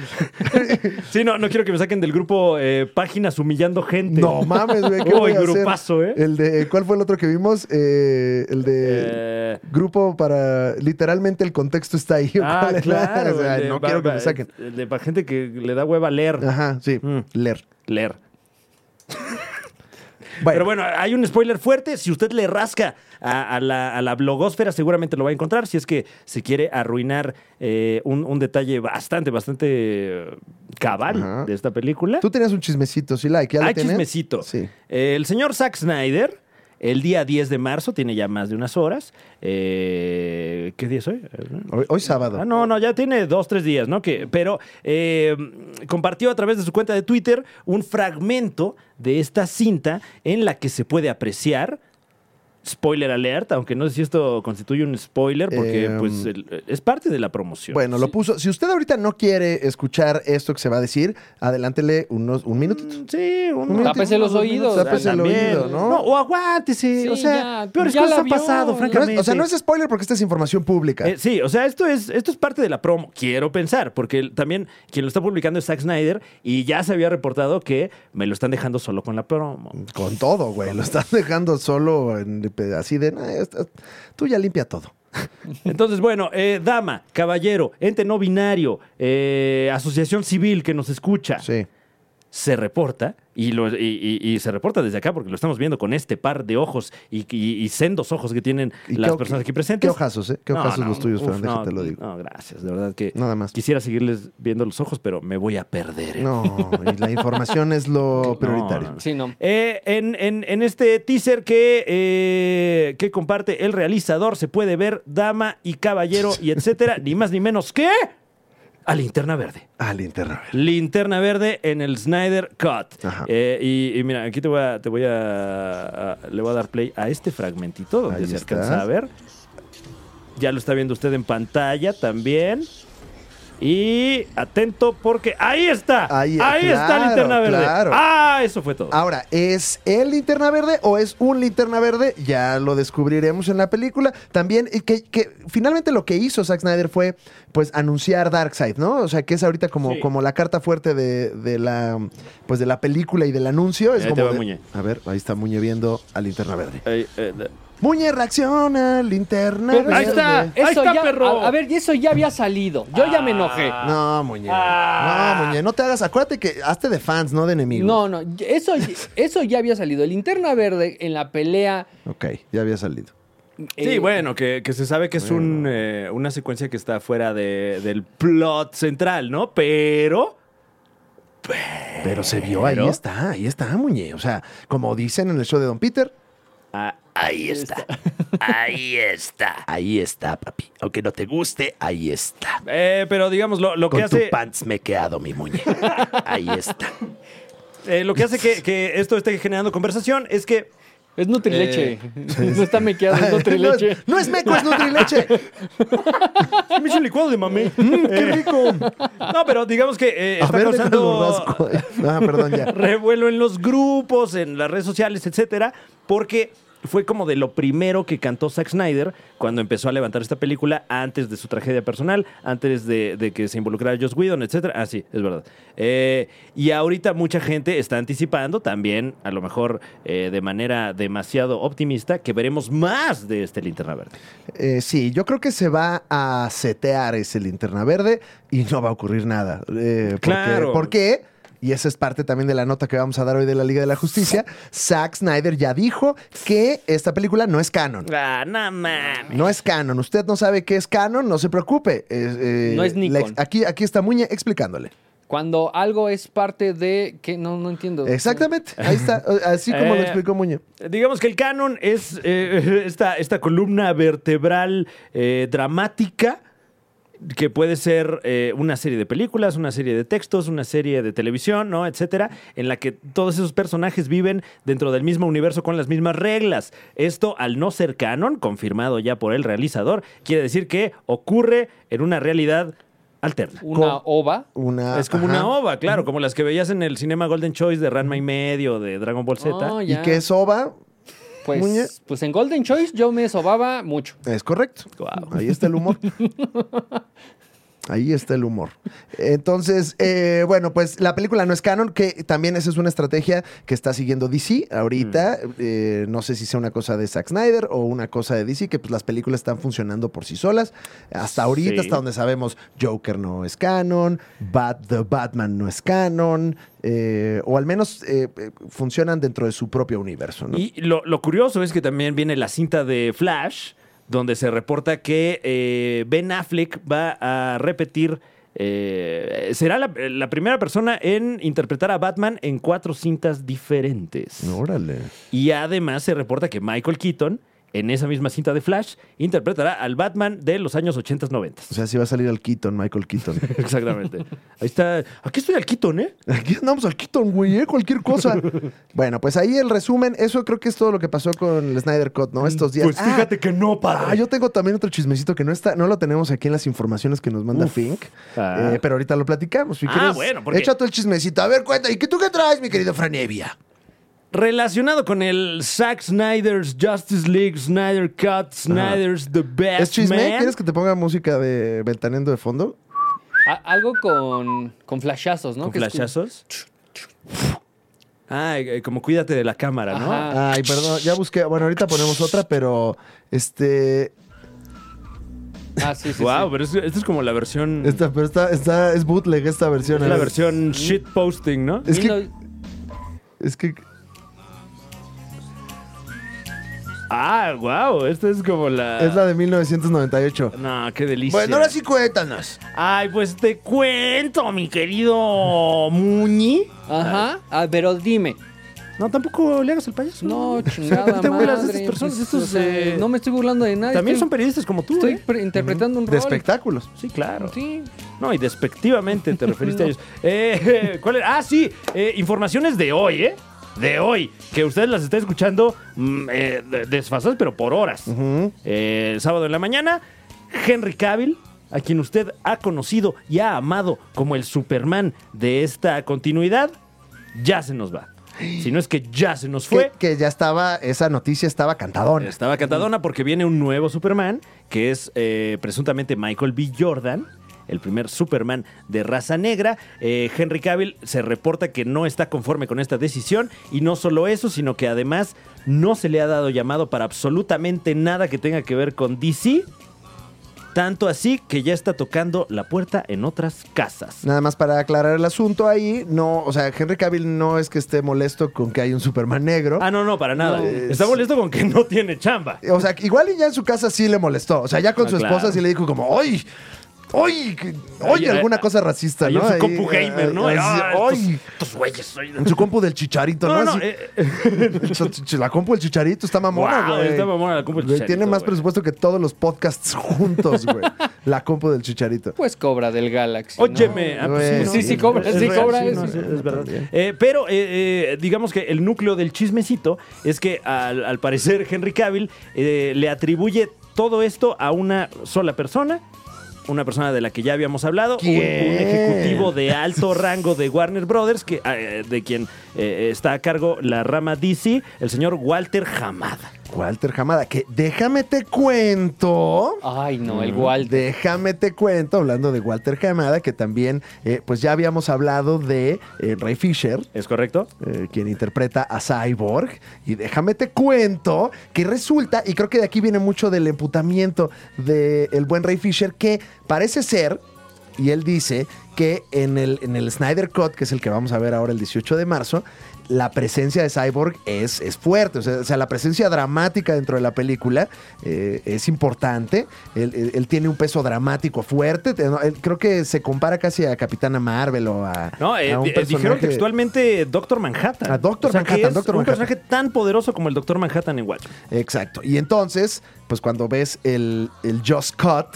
Sí, no, no quiero que me saquen del grupo eh, Páginas Humillando Gente.
No mames, güey. ¿qué
Uy,
voy a hacer?
grupazo, ¿eh?
El de, ¿Cuál fue el otro que vimos? Eh, el de...
Eh,
Grupo para... Literalmente el contexto está ahí. ¿o
ah,
cuál es la-
claro.
o sea,
el de
no
ba-
quiero que me
ba-
saquen.
el de para gente que le da hueva leer.
Ajá, sí.
Mm.
Leer.
Leer.
Bueno,
Pero bueno, hay un spoiler fuerte. Si usted le rasca a, a la, a la blogósfera, seguramente lo va a encontrar. Si es que se quiere arruinar eh, un, un detalle bastante, bastante eh, cabal
Ajá.
de esta película.
tú tenías un chismecito, sí, like. ¿Ya lo
Hay
tienes?
chismecito.
Sí.
Eh, el señor Zack Snyder, el día 10 de marzo, tiene ya más de unas horas. eh, ¿Qué día es hoy?
Hoy, hoy sábado.
Ah, no, no, ya tiene dos, tres días, ¿no? Que, pero eh, compartió a través de su cuenta de Twitter un fragmento de esta cinta en la que se puede apreciar. Spoiler alert, aunque no sé si esto constituye un spoiler, porque
Eh,
pues el- es parte de la promoción.
Bueno, lo puso. Si usted ahorita no quiere escuchar esto que se va a decir, adelántele unos, un
Mm,
minutito.
Sí, un,
minutito,
Tápese los
unos
oídos.
minutos. Tápese el
También.
oído, ¿no?
o aguántese.
Sí,
o sea,
ya,
peores
ya
cosas
la
han
vio.
pasado,
No es-
No es-
francamente.
o sea, no es spoiler porque esta es información pública.
Eh, sí, o sea, esto es, esto es parte de la promo. Quiero pensar, porque el- también quien lo está publicando es Zack Snyder y ya se había reportado que me lo están dejando solo con la promo.
Con todo, güey. Lo estás dejando solo en- así de. "Nah, esta- tú ya limpia todo.
Entonces, bueno, eh, dama, caballero, ente no binario, eh, asociación civil que nos escucha,
Sí.
se reporta, y, lo- y- y- y se reporta desde acá porque lo estamos viendo con este par de ojos y, y- y sendos ojos que tienen
¿Y
las
qué-
personas aquí
Qué
presentes.
ojazos, ¿eh? Qué
No,
ojazos
no,
los tuyos,
uf,
Fran.
no,
déjate lo digo.
No, gracias, de verdad que
Nada más.
quisiera seguirles viendo los ojos, pero me voy a perder. ¿eh?
No, y la información es lo prioritario.
no, no.
Sí, no.
Eh, en, en- en este teaser que, eh, que comparte el realizador se puede ver dama y caballero y etcétera, ni más ni menos que a Linterna Verde.
Ah, linterna.
Linterna Verde en el Snyder Cut.
Ajá.
Eh, y, y mira, aquí te voy, a, te voy a, a- le voy a dar play a este fragmentito donde
Ahí
se
estás.
alcanza a ver. Ya lo está viendo usted en pantalla también. Y atento porque ahí está.
Ahí-
Ahí, está
claro,
Linterna Verde.
claro.
Ah, eso fue todo.
Ahora, ¿es el linterna verde o es un linterna verde? Ya lo descubriremos en la película. También, eh, que, que finalmente lo que hizo Zack Snyder fue, pues, anunciar Darkseid, ¿no? O sea, que es ahorita como,
Sí.
como la carta fuerte de, de la, pues, de la película y del anuncio. Es
Ahí te
como
va
de-
Muñe.
A ver, ahí está Muñe viendo a linterna verde.
Ay, eh, de-
Muñe reacciona, linterna
Pero
verde.
Ahí está. Ahí está,
ya,
perro.
A, a ver, y eso ya había salido. Yo ya me enojé.
No, Muñe.
Ah.
No, Muñe, no te hagas. Acuérdate que hazte de fans, no de enemigos.
No, no, eso, eso ya había salido. El Linterna Verde en la pelea.
Ok, ya había salido.
Sí,
eh,
bueno, que, que se sabe que es un, eh, una secuencia que está fuera de- del plot central, ¿no? Pero.
Pero se vio, ahí
Pero-
está, ahí está, Muñe. O sea, como dicen en el show de Don Peter,
ah,
Ahí está. Ahí está. Ahí está, papi. Aunque no te guste, ahí está.
eh, pero digamos, lo, lo que
Con tu
hace.
pants me he quedado, mi muñe. Ahí está.
eh, lo que hace que, que esto esté generando conversación es que.
Es
Eh.
Nutrileche. No está mequeado, es Nutrileche.
No, es, no es meco, es nutrileche.
Me hice un licuado de mame.
¡Qué rico!
No, pero digamos que eh,
A
está
ver,
causando.
déjalo rasco. Ah, perdón, ya.
revuelo en los grupos, en las redes sociales, etcétera, porque fue como de lo primero que cantó Zack Snyder cuando empezó a levantar esta película antes de su tragedia personal, antes de, de que se involucrara Joss Whedon, etcétera. Ah, sí, es verdad. Eh, y ahorita mucha gente está anticipando también, a lo mejor eh, de manera demasiado optimista, que veremos más de este Linterna Verde.
Eh, sí, yo creo que se va a setear ese linterna verde y no va a ocurrir nada. Eh, porque-
Claro.
¿Por qué? Y esa es parte también de la nota que vamos a dar hoy de la Liga de la Justicia. Zack Snyder ya dijo que esta película no es canon.
Ah, no mames.
No es canon. Usted no sabe qué es canon, no se preocupe. Es, eh,
No es Nikon.
la ex- Aquí, aquí está Muñe explicándole.
Cuando algo es parte de. que No, no entiendo.
Exactamente. Ahí está. O- Así como lo
Eh,
explicó Muñe.
Digamos que el canon es eh, esta, esta columna vertebral eh, dramática que puede ser eh, una serie de películas, una serie de textos, una serie de televisión, ¿no? Etcétera, en la que todos esos personajes viven dentro del mismo universo con las mismas reglas. Esto, al no ser canon, confirmado ya por el realizador, quiere decir que ocurre en una realidad alterna.
Una
Co-
ova.
Una,
es como
Ah, ajá.
una ova, claro, como las que veías en el cinema Golden Choice de Ranma y medio, de Dragon Ball Z.
Ah,
¿Y
ya.
qué es OVA? muñe-
Pues, pues en Golden Choice yo me sobaba mucho.
Es correcto.
Guau.
Ahí está el humor. Ahí está el humor. Entonces, eh, bueno, pues la película no es canon, que también esa es una estrategia que está siguiendo DC ahorita.
Mm.
Eh, no sé si sea una cosa de Zack Snyder o una cosa de DC, que pues las películas están funcionando por sí solas. Hasta ahorita,
Sí.
hasta donde sabemos, Joker no es canon, Bat The Batman no es canon, eh, o al menos eh, eh, funcionan dentro de su propio universo. ¿no?
Y lo, lo curioso es que también viene la cinta de Flash, donde se reporta que eh, Ben Affleck va a repetir. eh, será la, la primera persona en interpretar a Batman en cuatro cintas diferentes.
Órale.
Y además se reporta que Michael Keaton, en esa misma cinta de Flash, interpretará al Batman de los años 80-90.
O sea, sí va a salir al Keaton, Michael Keaton.
Exactamente. Ahí está. Aquí estoy al Keaton, ¿eh?
Aquí andamos al Keaton, güey, ¿eh? cualquier cosa. bueno, pues ahí el resumen. Eso creo que es todo lo que pasó con el Snyder Cut, ¿no? Estos días. Ah,
Pues que no,
ah, yo tengo también otro chismecito que no está, no lo tenemos aquí en las informaciones que nos manda
Uf.
Fink.
Ah.
Eh, pero ahorita lo platicamos. Si
Ah,
quieres,
bueno, porque-
Echa tú el chismecito. A ver, cuenta. ¿Y qué tú qué traes, mi querido Franevia?
Relacionado con el Zack Snyder's Justice League, Snyder Cut, Snyder's The Best
¿Es chisme?
Man.
¿Quieres que te ponga música de Ventaneando de fondo?
A- algo con, con flashazos, ¿no?
¿Con
Que es como-
flashazos? Ah, eh, como cuídate de la cámara, ¿no?
Ajá.
Ay, perdón, ya busqué. Bueno, ahorita ponemos otra, pero este.
Ah, sí, sí.
wow,
sí.
pero es- esta es como la versión. es
Esta, pero esta, esta es bootleg esta versión. a
la
ver.
versión shitposting, ¿no?
Es que-
Mil no-
Es que.
Ah, wow, esta es como la.
Es la de 1998.
No, qué delicia.
Bueno, ahora sí cuéntanos.
Ay, pues te cuento, mi querido Muñi.
Ajá. Ah, pero dime.
No, tampoco le hagas el payaso.
No, chingada
te burlas
madre.
de estas personas,
pues,
estos,
o sea,
eh,
No me estoy burlando de nadie.
También son
estoy,
periodistas como tú,
Estoy
¿eh?
pre- interpretando un rol.
De espectáculos.
Sí, claro.
Sí.
No, y despectivamente te referiste a ellos. Eh, ¿Cuál era? Ah, sí, eh, informaciones de hoy, ¿eh? De hoy, que ustedes las están escuchando mm, eh, de- desfasadas, pero por horas. Eh, el sábado en la mañana, Henry Cavill, a quien usted ha conocido y ha amado como el Superman de esta continuidad, ya se nos va. Si no es que ya se nos fue.
Que, que ya estaba, esa noticia estaba cantadona.
Estaba catadona porque viene un nuevo Superman, que es eh, presuntamente Michael B. Jordan, el primer Superman de raza negra. Eh, Henry Cavill se reporta que no está conforme con esta decisión y no solo eso, sino que además no se le ha dado llamado para absolutamente nada que tenga que ver con DC. Tanto así que ya está tocando la puerta en otras casas.
Nada más para aclarar el asunto ahí, no, o sea, Henry Cavill no es que esté molesto con que hay un Superman negro.
Ah, no, no, para nada.
No.
Está molesto con que no tiene chamba.
O sea, igual y ya en su casa sí le molestó. O sea, ya con
Ah,
su esposa
claro.
sí le dijo como, ¡oy! ¡Oy! que- ¡Oy!
Ahí,
alguna
ahí,
cosa racista,
ahí
¿no?
en eh, su compu
ahí, eh,
gamer, ¿no?
ahí,
Ah,
así,
estos-
¡Oy!
estos güeyes, oye.
En su compu del chicharito, ¿no?
No, no,
Así,
eh,
La compu del chicharito está mamona,
Wow,
güey.
está mamona la compu del
Güey, Tiene
Chicharito,
más
güey.
presupuesto que todos los podcasts juntos, güey. la compu del chicharito.
Pues cobra del Galaxy. ¿no?
Óyeme. ah, pues
Güey,
¿no?
sí, sí
cobra, sí
real,
cobra,
sí,
es-
no, sí, es verdad.
También.
Eh, pero eh, eh, digamos que el núcleo del chismecito es que al, al parecer Henry Cavill eh, le atribuye todo esto a una sola persona. Una persona de la que ya habíamos hablado, un, un
¿Quién?
ejecutivo de alto rango de Warner Brothers, que, eh, de quien eh, está a cargo la rama DC, el señor Walter Hamada.
Walter Hamada, que déjame te cuento.
Ay, no,
Mm,
el Walde.
Déjame te cuento, hablando de Walter Hamada, que también, eh, pues ya habíamos hablado de eh, Ray Fisher,
¿Es correcto?
eh, quien interpreta a Cyborg. Y déjame te cuento que resulta, y creo que de aquí viene mucho del emputamiento del buen Ray Fisher, que parece ser, y él dice, que en el, en el Snyder Cut, que es el que vamos a ver ahora el 18 de marzo, la presencia de Cyborg es, es fuerte, o sea, o sea, la presencia dramática dentro de la película eh, es importante, él, él- él tiene un peso dramático fuerte, te- no, él- creo que se compara casi a Capitana Marvel o a...
No, eh,
a un
di- eh, dijeron
personaje-
textualmente Doctor Manhattan.
A Dr.
que
Manhattan,
es
Dr.
Un
Manhattan.
personaje tan poderoso como el Doctor Manhattan en Watchmen.
Exacto. Y entonces, pues cuando ves el, el Just Cut,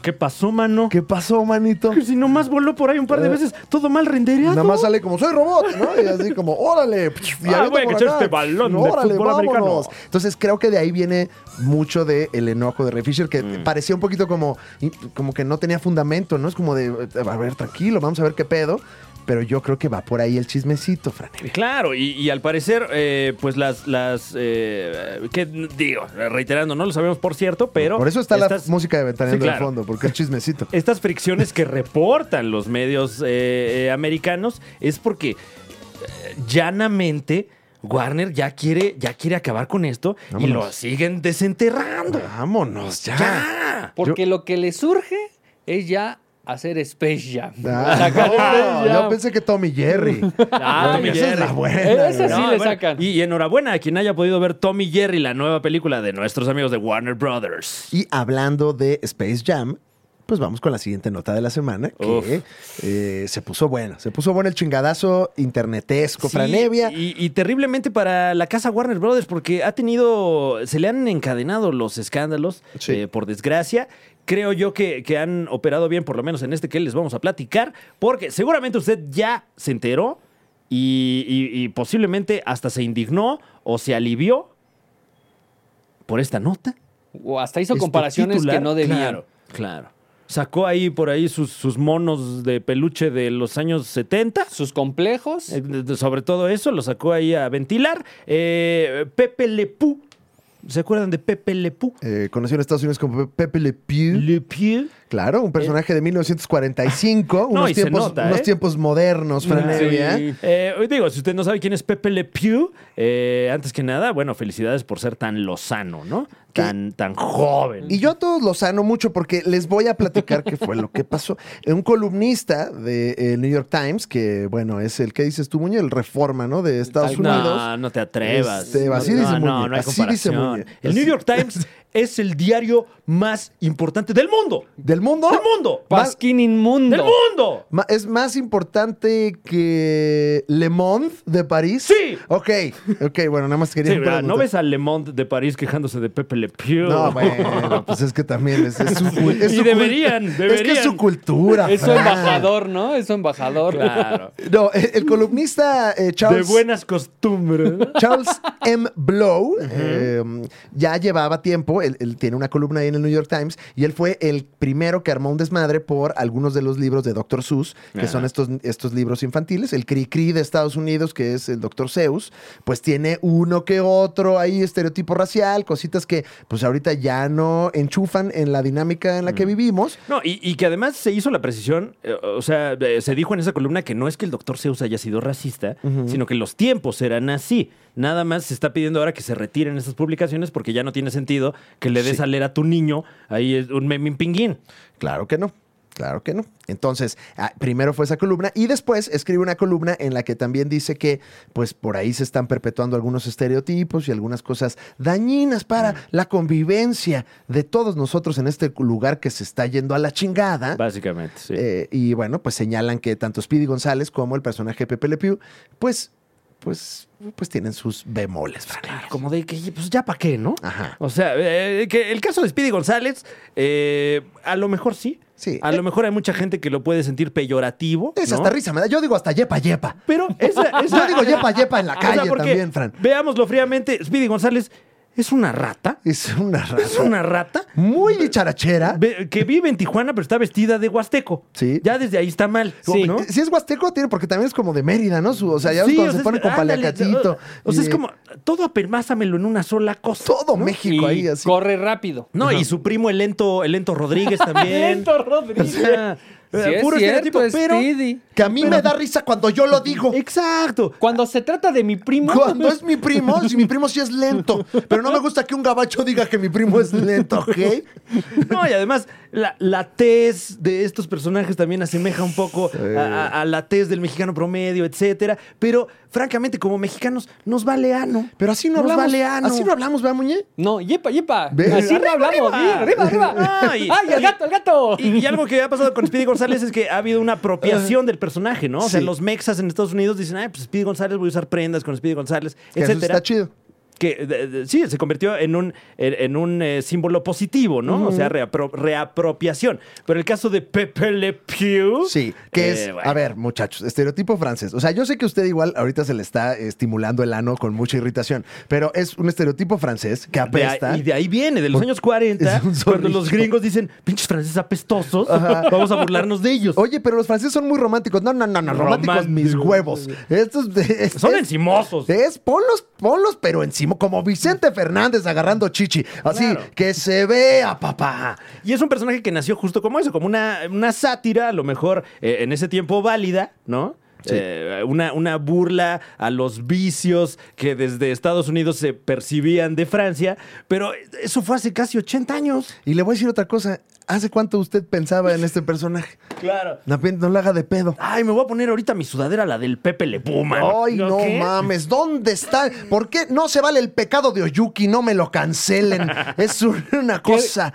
¿Qué pasó, mano?
¿Qué pasó, manito?
Que Si nomás voló por ahí un par de veces, todo mal rendereado.
Nada más sale como soy robot, ¿no? Y así como, órale. pf, y
Ah,
avienta
voy a
por
cachar
acá,
este balón de fútbol americano.
Entonces creo que de ahí viene mucho de el enojo de Ray Fisher, que parecía un poquito como, y- como que no tenía fundamento, ¿no? Es como de, a ver, tranquilo, vamos a ver qué pedo. Pero yo creo que va por ahí el chismecito, Fran.
Claro, y, y al parecer, eh, pues las, las eh, ¿qué digo? Reiterando, no lo sabemos por cierto, pero...
Por eso está
estas-
la música de Ventaneando
Sí,
de
claro.
fondo, porque es chismecito.
Estas fricciones que reportan los medios eh, eh, americanos es porque eh, llanamente Warner ya quiere, ya quiere acabar con esto y
Vámonos.
lo siguen desenterrando.
Vámonos, ya.
¡Ya!
Porque lo que le surge es ya hacer Space Jam.
Ah,
Sacar
no,
Space
yo
Jam.
pensé que Tommy Jerry.
Ah, Tommy
Esa es
Jerry.
la buena.
Eh, esa
güey.
sí le sacan.
Y, y enhorabuena a quien haya podido ver Tommy Jerry, la nueva película de nuestros amigos de Warner Brothers.
Y hablando de Space Jam, pues vamos con la siguiente nota de la semana, que eh, se puso bueno. Se puso bueno el chingadazo internetesco,
Sí,
Franevia.
y, y terriblemente para la casa Warner Brothers, porque ha tenido. Se le han encadenado los escándalos,
Sí.
eh, por desgracia. Creo yo que, que han operado bien, por lo menos en este que les vamos a platicar, porque seguramente usted ya se enteró y, y- y posiblemente hasta se indignó o se alivió por esta nota.
O hasta hizo
Este
comparaciones
titular,
que no debían.
Claro, claro. Sacó ahí por ahí sus, sus monos de peluche de los años 70.
Sus complejos.
Eh, de- de- Sobre todo eso, lo sacó ahí a ventilar. Eh, Pepe Lepú. ¿Se acuerdan de Pepe Lepú?
Eh, conoció en Estados Unidos como Pepe Le Pew.
Lepieu.
Claro, un personaje de 1945,
Eh. No,
unos,
y se
tiempos,
nota,
unos
¿eh?
tiempos modernos, Franevia.
Sí.
Eh, hoy digo, si usted no sabe quién es Pepe Le Pew, eh, antes que nada, bueno, felicidades por ser tan lozano, ¿no?
¿Qué?
Tan, tan joven.
Y yo a todos los sano mucho porque les voy a platicar qué fue lo que pasó. Eh, Un columnista del New York Times, que bueno, es el que dices tú, Muñe, el reforma, ¿no? De Estados
Tal-
Unidos.
No, Ah, no te atrevas.
Este, así
no,
dice
no,
Muñe,
no hay
así dice
comparación.
Muñe.
El
Así-
New York Times es el diario más importante del mundo.
¿Del mundo?
¡Del mundo!
Pasquín inmundo.
¡Del mundo!
Ma- ¿Es más importante que Le Monde de París?
Sí.
Ok, ok, bueno, nada más quería
Sí, ¿verdad? ¿No
preguntar.
ves al Le Monde de París quejándose de Pepe Le Pew?
No, bueno, pues es que también es, es su, cul- es
Y
su cul-
deberían,
Es que es
deberían.
su cultura.
Es su
Fran.
embajador, ¿no? Es su embajador.
Claro.
No, el, el columnista eh,
De
Charles
buenas costumbres.
Charles M. Blow eh, ya llevaba tiempo, él, él tiene una columna ahí en el New York Times, y él fue el primero que armó un desmadre por algunos de los libros de Dr. Seuss, que
Ajá.
son estos, estos libros infantiles. El Cri Cri de Estados Unidos, que es el Dr. Seuss, pues tiene uno que otro ahí, estereotipo racial, cositas que pues ahorita ya no enchufan en la dinámica en la que vivimos.
No, y, y que además se hizo la precisión, eh, o sea, eh, se dijo en esa columna que no es que el doctor Seuss haya sido racista, sino que los tiempos eran así. Nada más se está pidiendo ahora que se retiren esas publicaciones porque ya no tiene sentido que le des a leer a tu niño ahí es un memín pinguín.
Claro que no. Claro que no. Entonces, ah, primero fue esa columna y después escribe una columna en la que también dice que, pues, por ahí se están perpetuando algunos estereotipos y algunas cosas dañinas para la convivencia de todos nosotros en este lugar que se está yendo a la chingada.
Básicamente, sí.
Ah. Eh, y bueno, pues señalan que tanto Speedy González como el personaje de Pepe Le Pew, pues, pues, pues tienen sus bemoles.
Pues Claro, como de que pues ya para qué, ¿no?
Ajá.
O sea, eh, que el caso de Speedy González, eh, a lo mejor sí.
Sí.
A lo mejor hay mucha gente que lo puede sentir peyorativo.
Es
¿no?
hasta risa, me da. Yo digo hasta yepa yepa.
Pero esa, esa-
Yo digo yepa yepa en la
O sea,
calle
porque,
también, Fran.
Veámoslo fríamente. Speedy González es una rata.
Es una
Es
razón.
una rata
muy dicharachera.
ve- que vive en Tijuana, pero está vestida de huasteco.
Sí.
Ya desde ahí está mal.
Sí.
¿no?
Si es huasteco, tiene, porque también es como de Mérida, ¿no? Su- o sea, ya ves
Sí,
cuando
o sea,
se pone
es-
con
ándale,
paliacatito.
O, o sea, es
y,
como todo apelmázamelo en una sola cosa.
Todo
¿no?
México ahí,
Y
así.
corre rápido.
No, y su primo, el lento, el lento Rodríguez también.
Lento Rodríguez.
O sea,
Sí, es
puro
cierto,
estereotipo, pero.
Speedy.
Que a mí me da risa cuando yo lo digo.
Exacto.
Cuando se trata de mi primo. pues,
pues,
Cuando es mi primo, si mi primo sí es lento. Pero no me gusta que un gabacho diga que mi primo es lento, ¿ok?
No, y además, la, la tez de estos personajes también asemeja un poco a, a- a la tez del mexicano promedio, etcétera. Pero, francamente, como mexicanos, nos vale ano.
Pero así no
Nos
hablamos.
vale ano.
Así no hablamos, ¿verdad, Muñe?
No, yepa, yepa.
Ve-
Así no
Arriba,
hablamos.
arriba.
Arriba, arriba.
Ay.
¡Ay, el gato, el gato!
Y, y algo que ha pasado con Speedy González es que ha habido una apropiación del personaje, ¿no? O sea,
Sí.
los mexas en Estados Unidos dicen, ay, pues Speedy González, voy a usar prendas con Speedy González,
Que eso
etcétera.
está chido.
que de- de- sí, se convirtió en un, en, en un eh, símbolo positivo, ¿no? O sea, reapro- reapropiación. Pero el caso de Pepe Le Pew.
Sí, que
eh,
es,
bueno.
a ver, muchachos, estereotipo francés. O sea, yo sé que usted igual ahorita se le está estimulando el ano con mucha irritación, pero es un estereotipo francés que
De ahí-
apesta.
y de ahí viene, de los
Un-
años 40,
es un
cuando los
zorrillo.
gringos dicen, pinches franceses apestosos,
Ajá.
vamos a burlarnos de ellos.
Oye, pero los franceses son muy románticos. No, no, no, no, románticos mis
Románticos.
huevos. Estos es-
Son
es-
encimosos.
Es, ponlos, ponlos, pero encima, como Vicente Fernández agarrando chichi. Así
Claro.
que se vea, papá.
Y es un personaje que nació justo como eso, como una, una sátira, a lo mejor eh, en ese tiempo válida, ¿no? Eh, una, una burla a los vicios que desde Estados Unidos se percibían de Francia, pero eso fue hace casi 80 años.
Y le voy a decir otra cosa. ¿Hace cuánto usted pensaba en este personaje?
Claro.
No, no lo haga de pedo.
Ay, me voy a poner ahorita mi sudadera, la del Pepe Le Puma.
Ay, no mames, ¿dónde está? ¿Por qué no se vale el pecado de Oyuki? No me lo cancelen. Es un- una cosa.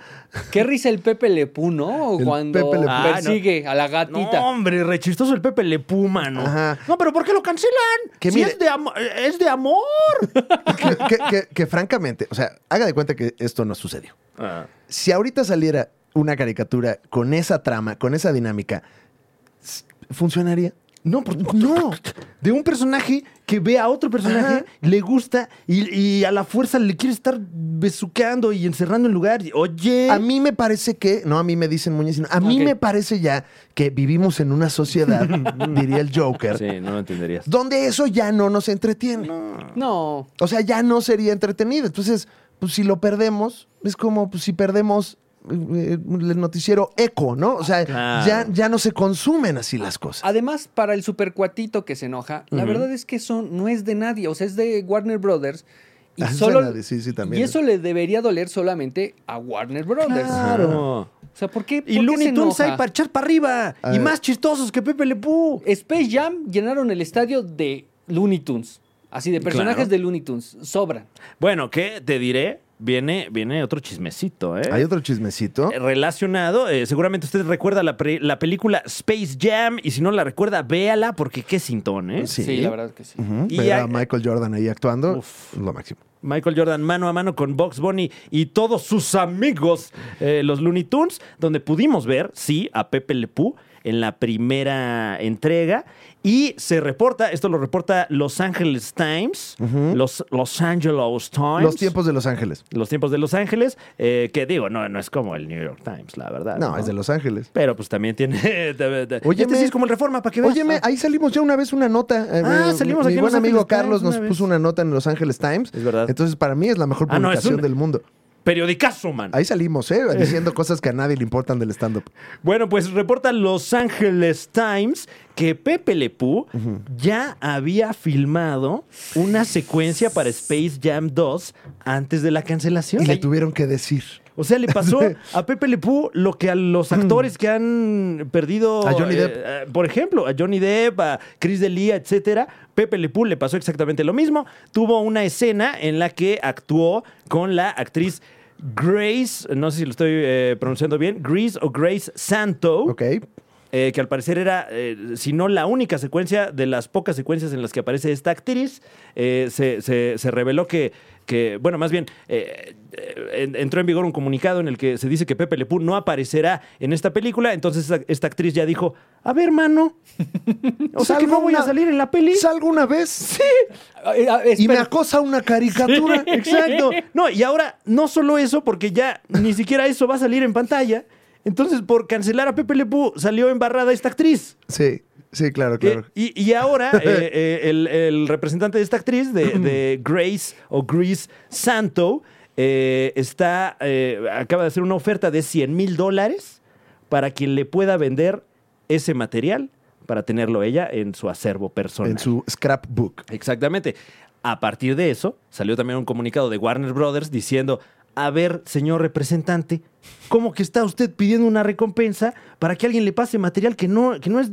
Qué risa el Pepe Lepú, ¿no?
El
Cuando
Pepe Le Pew.
Ah, no.
persigue a la gatita.
No, hombre, rechistoso el Pepe Le Puma, ¿no?
Ajá.
No, pero ¿por qué lo cancelan?
Que
Si
mire-
es, de am- es de amor.
Que, que- que- que francamente, o sea, haga de cuenta que esto no sucedió.
Ah.
Si ahorita saliera una caricatura con esa trama, con esa dinámica, s- ¿funcionaría?
No, por- no. De un personaje que ve a otro personaje,
Ajá.
le gusta y, y a la fuerza le quiere estar besuqueando y encerrando en lugar. Y, Oye.
A mí me parece que, no a mí me dicen Muñez, sino a mí
Ok.
me parece ya que vivimos en una sociedad, diría el Joker,
no lo entenderías.
donde eso ya no nos entretiene.
No.
O sea, ya no sería entretenido. Entonces, pues si lo perdemos, es como pues, si perdemos eh, el noticiero eco, ¿no? O sea,
Claro.
ya, ya no se consumen así las cosas.
Además, para el supercuatito que se enoja, la
Ujú.
verdad es que eso no es de nadie, o sea, es de Warner Brothers. Y,
Ah, es de
solo,
nadie, sí, sí, también.
y eso le debería doler solamente a Warner Brothers.
Claro.
O sea, ¿por qué?
Y
por qué
Looney
se
Tunes
enoja?
hay para echar para arriba.
A
y
ver.
más chistosos que Pepe Le Pú.
Space Jam llenaron el estadio de Looney Tunes. Así de personajes
Claro.
de Looney Tunes. Sobran.
Bueno, ¿qué te diré? Viene, viene otro chismecito, ¿eh?
Hay otro chismecito.
relacionado. eh, seguramente usted recuerda la, pre- la película Space Jam y si no la recuerda, véala porque qué sintón, ¿eh?
Sí.
Sí, la verdad que sí.
Ujú,
Y
Ver a
hay-
Michael Jordan ahí actuando,
Uf.
lo máximo.
Michael Jordan mano a mano con Box Bunny y todos sus amigos, eh, los Looney Tunes, donde pudimos ver, sí, a Pepe Le Pew en la primera entrega. Y se reporta, esto lo reporta Los Angeles Times, los Los Angeles Times.
Los tiempos de Los Ángeles.
Los tiempos de Los Ángeles, eh, que digo, no, no es como el New York Times, la verdad.
No, es de Los Ángeles.
Pero pues también tiene... Oye,
Óyeme.
este sí es como el Reforma, para que veas.
Óyeme, ahí salimos ya una vez una nota. eh,
Ah,
mi-
salimos aquí
Mi
en Los Ángeles
buen amigo
Times
Carlos nos
una
puso
vez.
una nota en Los Ángeles Times.
Es verdad.
Entonces, para mí es la mejor
Ah, no, es
publicación
un-
del mundo.
Periodicazo, man.
Ahí salimos, ¿eh? Diciendo cosas que a nadie le importan del stand-up.
Bueno, pues reporta Los Angeles Times que Pepe Le Pew ya había filmado una secuencia para Space Jam 2 antes de la cancelación.
Y le tuvieron que decir.
O sea, le pasó a Pepe Le Pew lo que a los actores que han perdido.
Mm. A Johnny
eh,
Depp.
eh, por ejemplo, a Johnny Depp, a Chris D'Elia, etcétera. Pepe Le Pew le pasó exactamente lo mismo. Tuvo una escena en la que actuó con la actriz Grace, no sé si lo estoy eh, pronunciando bien, Grace o Grace Santo.
Ok.
eh, que al parecer era, eh, si no la única secuencia, de las pocas secuencias en las que aparece esta actriz, eh, se, se- se reveló que, que, bueno, más bien, eh, eh, en- entró en vigor un comunicado en el que se dice que Pepe Le Pew no aparecerá en esta película, entonces esta, esta actriz ya dijo, a ver, mano, o sea que
Salgo
no voy a
una-
salir en la peli.
Salgo una vez. Sí.
Ah, eh, ah,
Y me
espera.
acosa una caricatura.
Exacto. No, y ahora no solo eso, porque ya ni siquiera eso va a salir en pantalla. Entonces, por cancelar a Pepe Le Pew, salió embarrada esta actriz.
Sí, sí, claro, claro.
Eh, y, y ahora eh, eh, el, el representante de esta actriz, de, de Grace o Grace Santo, eh, está, eh, acaba de hacer una oferta de 100 mil dólares para quien le pueda vender ese material para tenerlo ella en su acervo personal.
En su scrapbook.
Exactamente. A partir de eso, salió también un comunicado de Warner Brothers diciendo, a ver, señor representante, ¿Cómo que está usted pidiendo una recompensa para que alguien le pase material que no, que no es,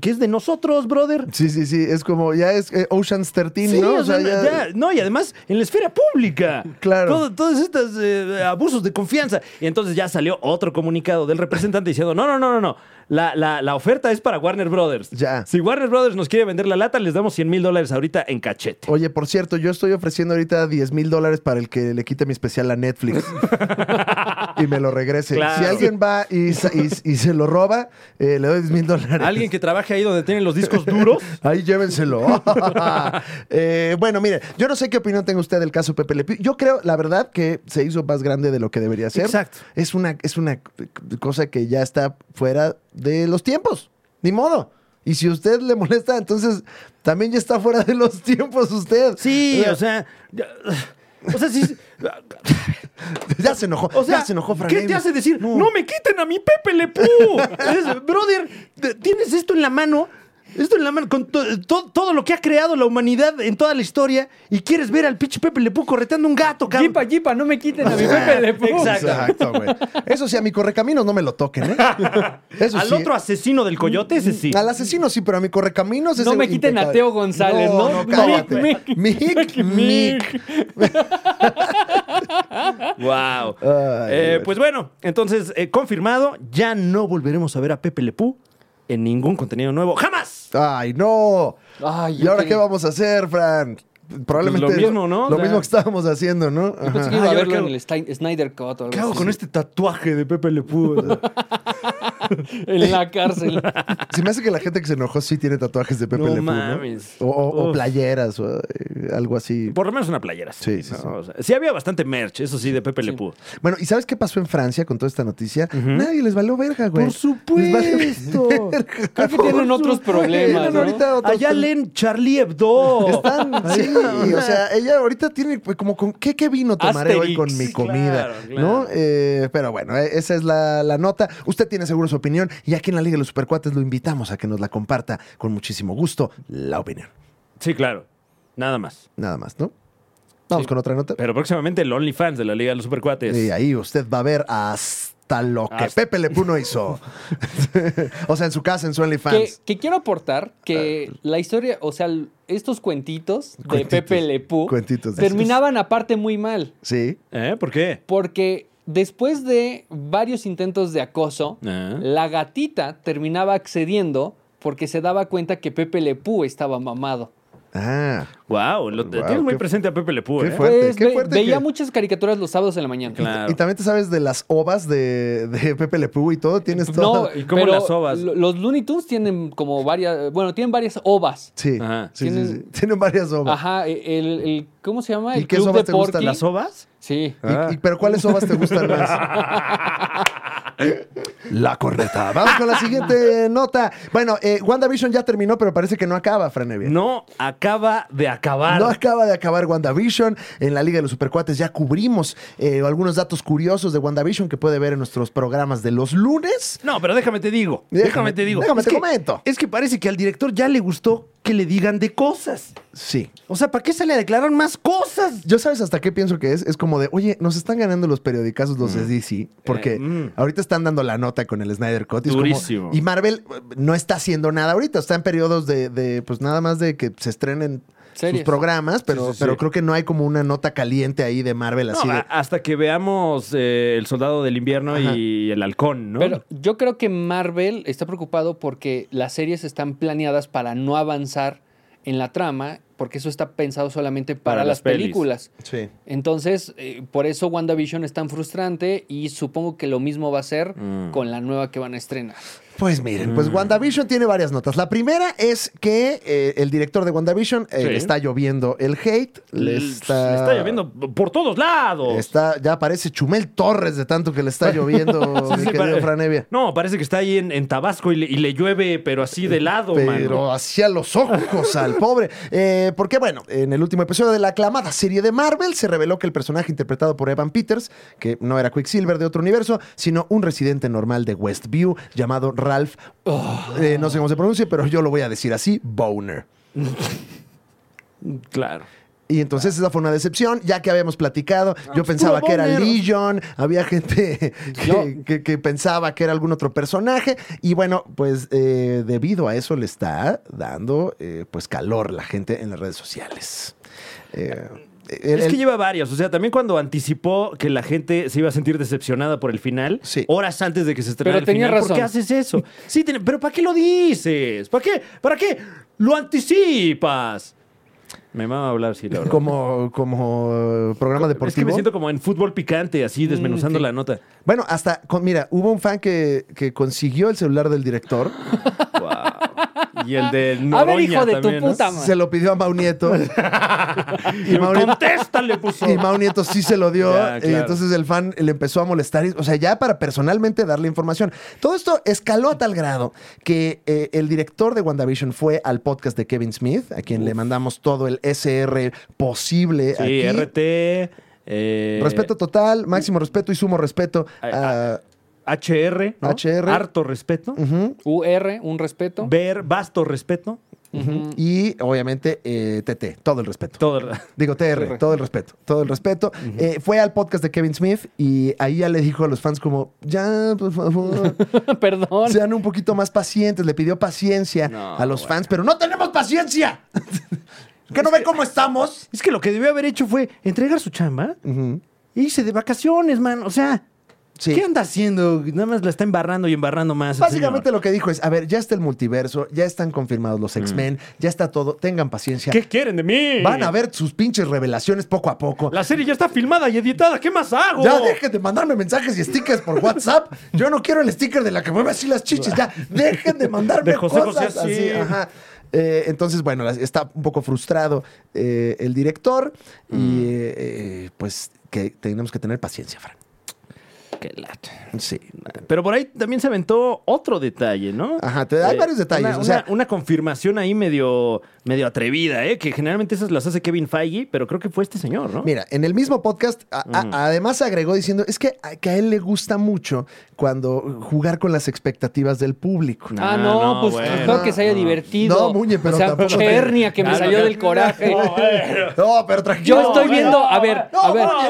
que es de nosotros, brother?
Sí, sí, sí. Es como, ya es eh, Ocean's 13,
Sí,
¿no?
o sea, ya- no, y además en la esfera pública.
Claro.
Todo- todos estos eh, abusos de confianza. Y entonces ya salió otro comunicado del representante diciendo: no, no, no, no, no. La, la- la oferta es para Warner Brothers.
Ya.
Si Warner Brothers nos quiere vender la lata, les damos 100 mil dólares ahorita en cachete.
Oye, por cierto, yo estoy ofreciendo ahorita 10 mil dólares para el que le quite mi especial a Netflix y me lo regrese.
Claro.
Si alguien va y, sa- y- y se lo roba, eh, le doy 10 mil dólares.
Alguien que trabaje ahí donde tienen los discos duros.
Ahí llévenselo. Eh, bueno, mire, yo no sé qué opinión tenga usted del caso Pepe Le Pew. Yo creo, la verdad, que se hizo más grande de lo que debería ser.
Exacto.
Es una, es una cosa que ya está fuera de los tiempos. Ni modo. Y si usted le molesta, entonces también ya está fuera de los tiempos usted.
Sí,
Eh,
o sea. ya- O sea, sí.
Ya se enojó.
O sea,
ya se enojó, Fran
¿qué te
Evia.
hace decir? No, me quiten a mi Pepe Le Pew"? Es, brother, t- tienes esto en la mano, esto en la mano, con to- to- todo lo que ha creado la humanidad en toda la historia, y quieres ver al pinche Pepe Le Pew correteando un gato, cabrón.
Yipa, yipa, no me quiten a mi Pepe Le Pew.
Exacto.
Exacto, güey. Eso sí, a mi correcaminos no me lo toquen, ¿eh? Eso
Al
sí.
otro asesino del coyote, ese sí.
Al asesino sí, pero a mi correcaminos es
No
el
me quiten a
impecable.
Teo González,
No,
¿no?
no, cállate.
Mick,
Mick, Mick.
Wow.
Ay, güey.
pues bueno, entonces, eh, confirmado, ya no volveremos a ver a Pepe Le Pew en ningún contenido nuevo. ¡Jamás!
Ay, no.
Ay,
¿Y ahora
ok.
qué vamos a hacer, Fran? Probablemente
Pues lo mismo, ¿no? O
Lo
sea-
mismo que estábamos haciendo, ¿no? Ajá.
Pensé que iba
Ah,
a
yo
verlo
creo-
en el Stein- Snyder Cut o algo
¿Qué hago
así.
con este tatuaje de Pepe Le Pew?
En la cárcel.
Se me hace que la gente que se enojó sí tiene tatuajes de Pepe
No
Le Pew,
mames.
O, o- o
Uf.
playeras o eh, algo así.
Por lo menos una playera.
Sí, sí,
¿no?
sí.
O sea, sí había bastante merch, eso sí, de Pepe Le Pew.
Bueno, ¿y sabes qué pasó en Francia con toda esta noticia? Nadie les valió verga, güey.
Por
Les valió-
supuesto.
Creo que tienen otros problemas,
Tienen
¿no?
ahorita otros
Allá leen Charlie Hebdo.
Están, sí, o sea, ella ahorita tiene pues, como con qué, qué vino tomaré hoy con mi
Asterix.
comida,
Claro, claro.
¿no? Eh, pero bueno, eh, esa es la, la nota. Usted tiene seguro su opinión y aquí en la Liga de los Supercuates lo invitamos a que nos la comparta con muchísimo gusto la opinión.
Sí, claro. Nada más.
Nada más, ¿no? Vamos con otra nota.
Pero próximamente el OnlyFans de la Liga de los Supercuates.
Y ahí usted va a ver hasta lo que
Hasta-
Pepe Le Pew no hizo. o sea, en su casa, en su
que,
OnlyFans.
que quiero aportar que la historia, o sea, estos cuentitos de
Ah. Cuentitos.
Pepe Le Pew
Cuentitos de
terminaban aparte muy mal.
Sí.
¿Eh? ¿Por qué?
Porque después de varios intentos de acoso,
Ah.
la gatita terminaba accediendo porque se daba cuenta que Pepe Le Pew estaba mamado.
Ah,
Wow, lo
Guau,
tienes muy
qué-
presente a Pepe Le Pew,
qué
¿eh?
fuerte.
Pues
qué
ve-
fuerte
veía
que-
muchas caricaturas los sábados en la mañana.
Claro.
Y también te sabes de las ovas de, de Pepe Le Pew y todo. Tienes todo.
No,
¿Y cómo
pero
las ovas?
lo- Los Looney Tunes tienen como varias, bueno, tienen varias ovas.
Sí,
Ajá.
sí, sí,
Tienen-
sí. Tienen varias ovas.
Ajá, el, el- ¿cómo se llama?
¿Y
El
qué
club
ovas
de
te gustan?
Porky.
¿Las ovas?
Sí.
Y-
Ah.
y- pero ¿cuáles ovas te gustan más? La corneta. Vamos con la siguiente nota. Bueno, eh, WandaVision ya terminó, pero parece que no acaba, Franevia.
No acaba de acabar.
No acaba de acabar WandaVision. En la Liga de los Supercuates ya cubrimos eh, algunos datos curiosos de WandaVision que puede ver en nuestros programas de los lunes.
No, pero déjame te digo. Déjame,
Déjame-
te digo.
déjame
es
te
que-
comento.
Es que parece que al director ya le gustó que le digan de cosas.
Sí.
O sea, ¿para qué se le declaran más cosas?
Yo sabes hasta qué pienso que es. Es como de, oye, nos están ganando los periodicazos los de DC, porque
Eh, mm.
ahorita están dando la nota con el Snyder Cut. y es como-
Durísimo.
y Marvel eh, no está haciendo nada ahorita. Está en periodos de, de, pues nada más de que se estrenen Ah,
Series.
sus programas,
Sí,
pero,
sí, sí.
pero creo que no hay como una nota caliente ahí de Marvel
No, ah.
así
a-
de.
hasta que veamos eh, El Soldado del Invierno
Ajá.
y El Halcón, ¿no?
Pero yo creo que Marvel está preocupado porque las series están planeadas para no avanzar en la trama, porque eso está pensado solamente para,
Para las
las,
pelis.
películas.
Sí.
Entonces, eh, por eso WandaVision es tan frustrante y supongo que lo mismo va a ser
Mm.
con la nueva que van a estrenar.
Pues miren, pues WandaVision tiene varias notas. La primera es que eh, el director de WandaVision eh,
Sí.
le está lloviendo el hate. Le
L- pues,
está,
le está lloviendo por todos lados.
Está, ya parece Chumel Torres de tanto que le está lloviendo,
Sí,
mi
sí,
querido
pare-
Franevia.
No, parece que está ahí en, en Tabasco y le, y le llueve, pero así de lado,
Pero
mano.
hacia los ojos al pobre. Eh, porque, bueno, en el último episodio de la aclamada serie de Marvel se reveló que el personaje interpretado por Evan Peters, que no era Quicksilver de otro universo, sino un residente normal de Westview llamado Ralph,
Ah.
eh, no sé cómo se pronuncia, pero yo lo voy a decir así, Boner.
Claro.
Y entonces esa fue una decepción, ya que habíamos platicado.
Ah,
Yo
pues
pensaba que era
Bonero.
Legion, había gente
Yo-
que, que- que pensaba que era algún otro personaje. Y bueno, pues eh, debido a eso le está dando eh, pues calor la gente en las redes sociales. Eh, el-
es que
el-
lleva varias. O sea, también cuando anticipó que la gente se iba a sentir decepcionada por el final,
Sí.
horas antes de que se estrenara
Pero
el
tenía
final, ¿por
razón.
qué haces eso? Sí, tiene- pero ¿para qué lo dices? ¿Para qué? ¿Para qué lo anticipas? Me mama hablar, sí, la verdad.
como, como programa deportivo.
Es que me siento como en fútbol picante, así desmenuzando
ok.
la nota.
Bueno, hasta, con- mira, hubo un fan que, que consiguió el celular del director,
Wow. Y el de Noroña
A ver, hijo de tu
también, ¿no?
puta
se
madre.
lo pidió a Mau Nieto. y Mau Nieto,
Contesta, le puso.
y Mau Nieto sí se lo dio.
Ya,
Y
claro.
entonces el fan le empezó a molestar. y- O sea, ya para personalmente darle información. Todo esto escaló a tal grado que eh, el director de WandaVision fue al podcast de Kevin Smith, a quien le mandamos todo el SR posible.
Sí,
aquí.
RT. eh,
Respeto total, máximo respeto y sumo respeto
Ay,
a
HR. ¿no?
HR.
Harto respeto.
UR, un respeto.
Ver, vasto respeto.
y obviamente eh, TT, todo el respeto.
Todo. el-
Digo, TR, todo el respeto, todo el respeto. Eh, fue al podcast de Kevin Smith y ahí ya le dijo a los fans como, ya, por favor,
Perdón.
sean un poquito más pacientes. Le pidió paciencia
No,
a los fans, pero no tenemos paciencia. ¿Que no ve cómo estamos?
Es que lo que debió haber hecho fue entregar su chamba
Ujú.
e irse de vacaciones, man. O sea,
Sí.
¿qué anda haciendo? Nada más la está embarrando y embarrando más. el
Básicamente
señor.
lo que dijo es, a ver, ya está el multiverso, ya están confirmados los X-Men, ya está todo, tengan paciencia.
¿Qué quieren de mí?
Van a ver sus pinches revelaciones poco a poco.
La serie ya está filmada y editada. ¿Qué más hago?
Ya dejen de mandarme mensajes y stickers por WhatsApp. Yo no quiero el sticker de la que mueve así las chichis. Ya dejen de mandarme
De José José,
cosas así.
sí.
ajá. Eh, entonces, bueno, las- está un poco frustrado eh, el director y
Mm.
eh, eh, pues que tenemos que tener paciencia, Fran.
Qué lata.
Sí.
Pero por ahí también se aventó otro detalle, ¿no? Eh,
Ajá, te- hay varios detalles,
Una,
o sea-
una- una confirmación ahí medio, medio atrevida, ¿eh? Que generalmente esas las hace Kevin Feige, pero creo que fue este señor, ¿no?
Mira, en el mismo podcast, a- a-
Mm.
además agregó diciendo, es que a, que a él le gusta mucho cuando jugar con las expectativas del público.
No.
Ah,
Ah,
no,
no,
pues
bueno.
espero que se haya divertido.
No, Muñe, pero
O sea,
tampoco-
Chernia que me
Claro,
salió
claro.
del coraje.
No, pero tranquilo. ¿eh?
Yo estoy
bueno,
viendo, a ver,
no,
a ver,
bueno,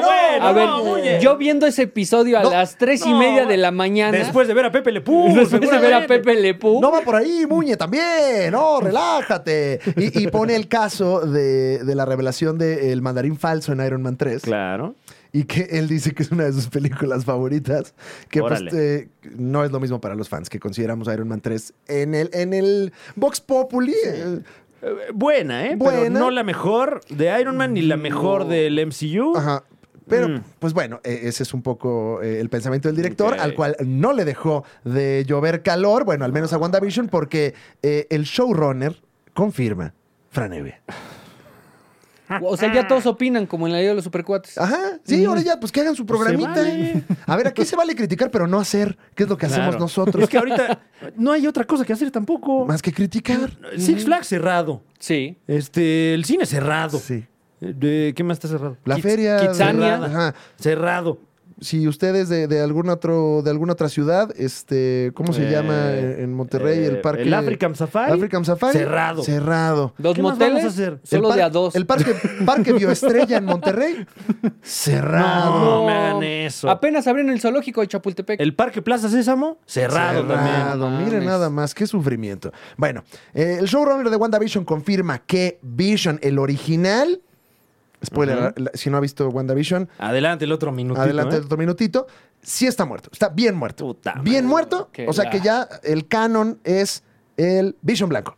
a ver,
no, Muñe.
yo viendo ese episodio a
No, Uh,
las tres y
no,
media
bueno.
de la mañana.
Después de ver a Pepe Le Pew.
después de ver a
seguramente.
Pepe Lepú.
No va por ahí, Muñe, también. No, relájate. Y, y pone el caso de, de la revelación del mandarín falso en Iron Man 3.
Claro.
Y que él dice que es una de sus películas favoritas. Que pues,
Órale.
eh, no es lo mismo para los fans que consideramos Iron Man 3 en el, en el Vox Populi. eh,
Eh, Buena, ¿eh? Pero
Buena.
no la mejor de Iron Man ni la mejor del MCU.
Ajá. Pero, pues bueno, eh, ese es un poco eh, el pensamiento del director,
Mm. Ok.
al cual no le dejó de llover calor, bueno, al menos a WandaVision, porque eh, el showrunner confirma Fran Evia.
O sea,
Ah.
ya todos opinan como en la Liga de los Supercuates.
Ajá, sí, ahora ya, pues que hagan su programita.
Mm. vale.
A ver, aquí se vale criticar, pero no hacer, que es lo que hacemos
Claro.
nosotros.
Es que ahorita no hay otra cosa que hacer tampoco.
Más que criticar.
Six Flags cerrado.
Sí.
Este, el cine cerrado.
Sí.
Eh, ¿De qué más está cerrado?
La
Kits-
feria. de-
Kitsania.
Ajá.
Cerrado.
Si ustedes de, de algún otro, de alguna otra ciudad, este, ¿cómo se
Eh,
llama en en Monterrey?
eh,
el parque.
el African Safari.
African Safari.
Cerrado.
Cerrado.
Dos
¿Qué más
moteles.
vamos a hacer?
El
Solo
par-
de a dos.
El parque, parque Bioestrella en Monterrey. Cerrado.
No me hagan eso.
Apenas abrieron el zoológico de Chapultepec.
El Parque Plaza Sésamo, cerrado, también.
Cerrado.
también.
Miren
Mames.
nada más, qué sufrimiento. Bueno, eh, el showrunner de WandaVision confirma que Vision, el original, spoiler, la- si no ha visto WandaVision,
Adelante el otro minutito.
adelante
¿eh?
otro minutito, sí está muerto, está bien muerto.
Puta madre.
bien muerto,
Qué
o sea
la-
que ya el canon es el Vision blanco.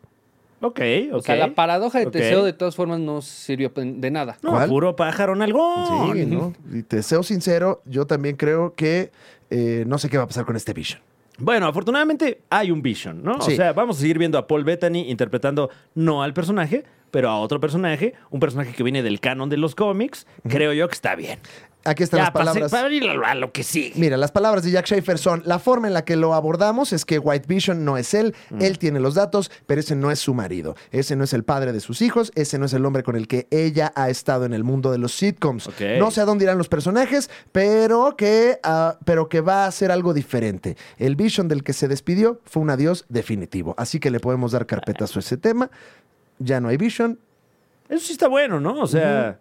Ok, ok.
O sea, la paradoja de
Ok.
Teseo de todas formas no sirvió de nada.
No,
¿Cuál?
puro pájaro en algo.
Sí, ¿no? Y te seo sincero, yo también creo que eh, no sé qué va a pasar con este Vision.
Bueno, afortunadamente hay un Vision, ¿no?
Sí.
O sea, vamos a seguir viendo a Paul Bettany interpretando no al personaje, pero a otro personaje, un personaje que viene del canon de los cómics. Creo yo que está bien.
Aquí están las
ya, pasé-
palabras.
para ir a lo- a lo que sigue.
Mira, las palabras de Jack Schaefer son, la forma en la que lo abordamos es que White Vision no es él, él tiene los datos, pero ese no es su marido, ese no es el padre de sus hijos, ese no es el hombre con el que ella ha estado en el mundo de los sitcoms.
Ok.
No sé a dónde irán los personajes, pero que, ah, pero que va a ser algo diferente. El Vision del que se despidió fue un adiós definitivo, así que le podemos dar carpetazo a ese tema. Ya no hay Vision,
Eso sí está bueno, ¿no? O sea,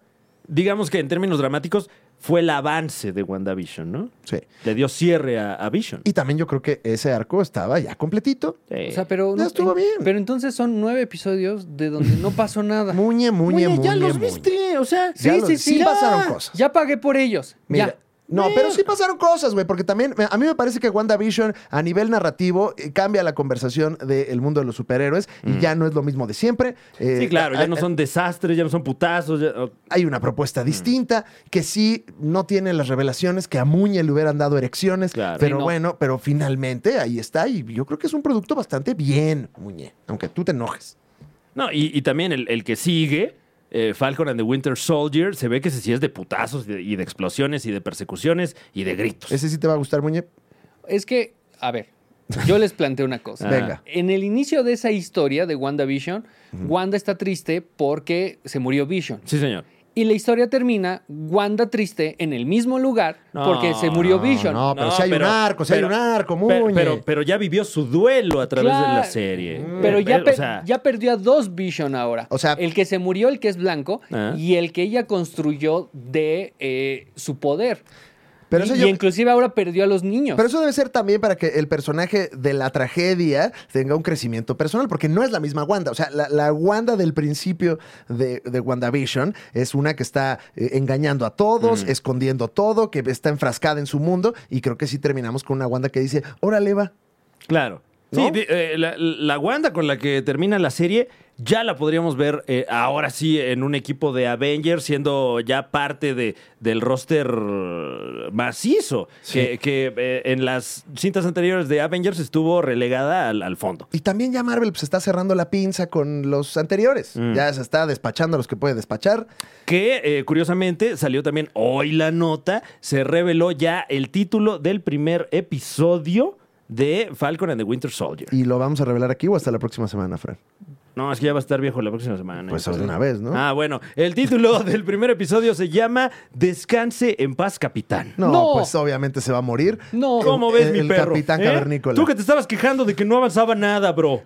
digamos que en términos dramáticos fue el avance de WandaVision, ¿no?
Sí.
Le dio cierre a, a Vision.
Y también yo creo que ese arco estaba ya completito.
Sí.
O sea, pero.
Ya estuvo
en-
bien.
Pero entonces son nueve episodios de donde no pasó nada.
Muñe, muñe,
Oye,
muñe.
ya los
muñe.
viste, o sea,
Ya
Sí,
los-
sí, sí.
sí
Ya.
pasaron cosas.
Ya pagué por ellos.
Mira,
Ya.
No, pero sí pasaron cosas, güey, porque también me- a mí me parece que WandaVision a nivel narrativo eh, cambia la conversación del mundo de los superhéroes y ya no es lo mismo de siempre. Eh,
Mm. sí, claro, ya
hay-
no son desastres, ya no son putazos. ya- oh,
Hay una propuesta distinta que sí no tiene las revelaciones que a Muñe le hubieran dado erecciones,
Claro.
pero
Sí, no.
bueno, pero finalmente ahí está y yo creo que es un producto bastante bien, Muñe, aunque tú te enojes.
No, y, y también el, el que sigue, eh, Falcon and the Winter Soldier, se ve que ese sí es de putazos y de, y de explosiones y de persecuciones y de gritos.
Ese sí te va a gustar, Muñe.
Es que, a ver, yo les planteo una
Ah.
cosa.
Venga.
En el inicio de esa historia de WandaVision, Wanda está triste porque se murió Vision.
Sí, señor.
Y la historia termina, Wanda triste en el mismo lugar
No,
porque se murió
no,
Vision.
No, pero si hay un arco, si hay un arco,
pe- pero,
Muñe.
pero, ya vivió su duelo a través de la
Claro.
serie.
Pero ya,
o
per-
sea,
ya perdió a dos Vision ahora.
O sea-
el que se murió, el que es blanco,
Ah.
y el que ella construyó de eh, su poder.
Pero
y,
eso
y
yo-
inclusive ahora perdió a los niños.
Pero eso debe ser también para que el personaje de la tragedia tenga un crecimiento personal, porque no es la misma Wanda. O sea, la, la Wanda del principio de, de WandaVision es una que está eh, engañando a todos,
Mm.
escondiendo todo, que está enfrascada en su mundo, y creo que sí terminamos con una Wanda que dice, órale va.
claro.
¿No?
Sí, di- eh, la, la Wanda con la que termina la serie ya la podríamos ver eh, ahora sí en un equipo de Avengers siendo ya parte de, del roster eh, macizo que, que, eh, en las cintas anteriores de Avengers estuvo relegada al, al fondo.
Y también ya Marvel pues, está cerrando la pinza con los anteriores.
Mm.
Ya se está despachando a los que puede despachar.
Que eh, curiosamente salió también hoy la nota, se reveló ya el título del primer episodio de Falcon and the Winter Soldier.
Y lo vamos a revelar aquí o hasta la próxima semana, Fran.
No, es que ya va a estar viejo la próxima semana.
Pues
Entonces-
de una vez, ¿no?
Ah, bueno, el título del primer episodio se llama Descanse en paz, capitán.
No,
No.
pues obviamente se va a morir.
No.
¿Cómo ves, mi
el
perro?
capitán
¿Eh?
cavernícola.
Tú que te estabas quejando de que no avanzaba nada, bro.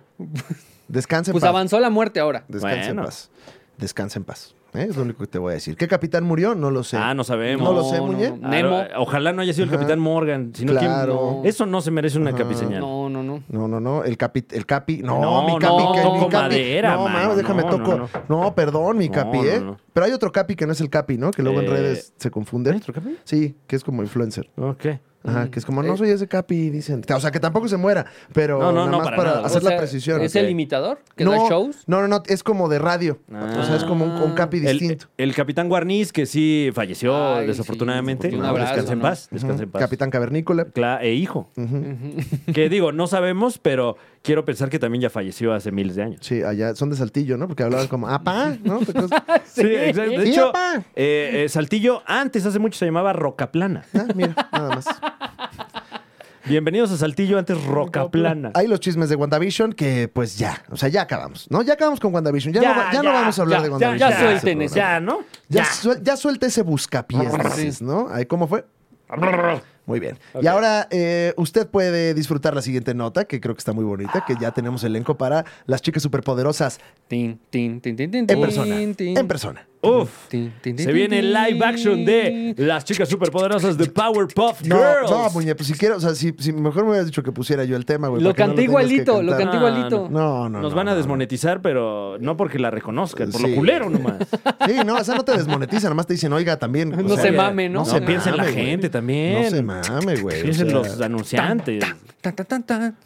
Descansa en
pues
paz.
avanzó la muerte ahora.
Descansa
Bueno.
en paz. Descansa en paz. ¿eh? Es lo único que te voy a decir. ¿Qué capitán murió? No lo sé.
Ah, no sabemos.
No lo sé, Muñe.
Ah,
Nemo.
no, Ojalá no haya sido el capitán Morgan. Sino
Claro.
eso no se merece una capiseñal.
No, no, no.
No, no, no. El capi. El capi. No,
No,
mi capi.
no,
que-
toco
mi capi.
madera,
no,
mano,
mames, déjame
no,
toco.
no,
No, perdón, mi
No,
capi,
no,
¿eh?
no.
Pero hay otro capi que no es el capi, ¿no? Que luego
Eh,
en redes se
¿Hay
confunden.
otro capi?
Sí, que es como influencer.
Ok.
Mm,
Ajá, que es como,
eh,
no soy ese capi, dicen. O sea, que tampoco se muera, pero
No, no,
nada
no,
más
para
para,
nada.
hacer
O sea,
la precisión.
¿Es el imitador que
no,
da shows?
no, no, no, es como de radio.
Ah.
O sea, es como un, un capi
El, eh,
distinto.
el capitán Guarniz, que sí falleció
Ay,
desafortunadamente.
sí,
un
No,
abrazo,
descanse en
¿no?
paz. Descanse en paz.
Capitán Cavernícola.
Cla- e hijo. Que digo, no sabemos, pero quiero pensar que también ya falleció hace miles de años.
Sí, allá son de Saltillo, ¿no? Porque hablaban como, apá, ¿no? Entonces,
Sí, exacto. De
Sí,
hecho,
papá.
eh, eh, Saltillo antes, hace mucho, se llamaba Rocaplana.
ah, mira, nada más.
Bienvenidos a Saltillo, antes Rocaplana.
Hay los chismes de WandaVision que, pues ya, o sea, ya acabamos, ¿no? Ya acabamos con WandaVision. Ya, no, va- ya no vamos a hablar
ya,
de
ya,
WandaVision.
Ya,
en este
suelten ese,
programa.
ya, ¿no?
Ya, suel- ya suelta ese buscapiés, dices, ¿no? Ahí, ¿Cómo fue? Muy bien. Y ahora eh, usted puede disfrutar la siguiente nota, que creo que está muy bonita, que ya tenemos elenco para las chicas superpoderosas
Tin, tin, tin, tin, tin,
en persona.
tin, tin.
En persona.
Uf.
Tin, tin, tin,
Se viene el
tin,
live action de
tin.
las chicas superpoderosas de Powerpuff
No, no,
Girls.
muñe, pues si quiero, o sea, si, si mejor me hubieras dicho que pusiera yo el tema, güey.
Lo
para que no
canté
tengas que
igualito, lo
cantar.
canté
Ah,
igualito.
No, no,
Nos
no,
van a
no,
desmonetizar, pero no porque la reconozcan, por lo
Sí.
culero nomás.
Sí, no, esa no te desmonetiza, nomás te dicen, oiga, también. o
No se mame, ¿no?
No,
se
piensa en la
mame, güey.
gente también.
No se mame, güey. o
Piensen
sea,
los anunciantes.
Tan, tan, tan, tan.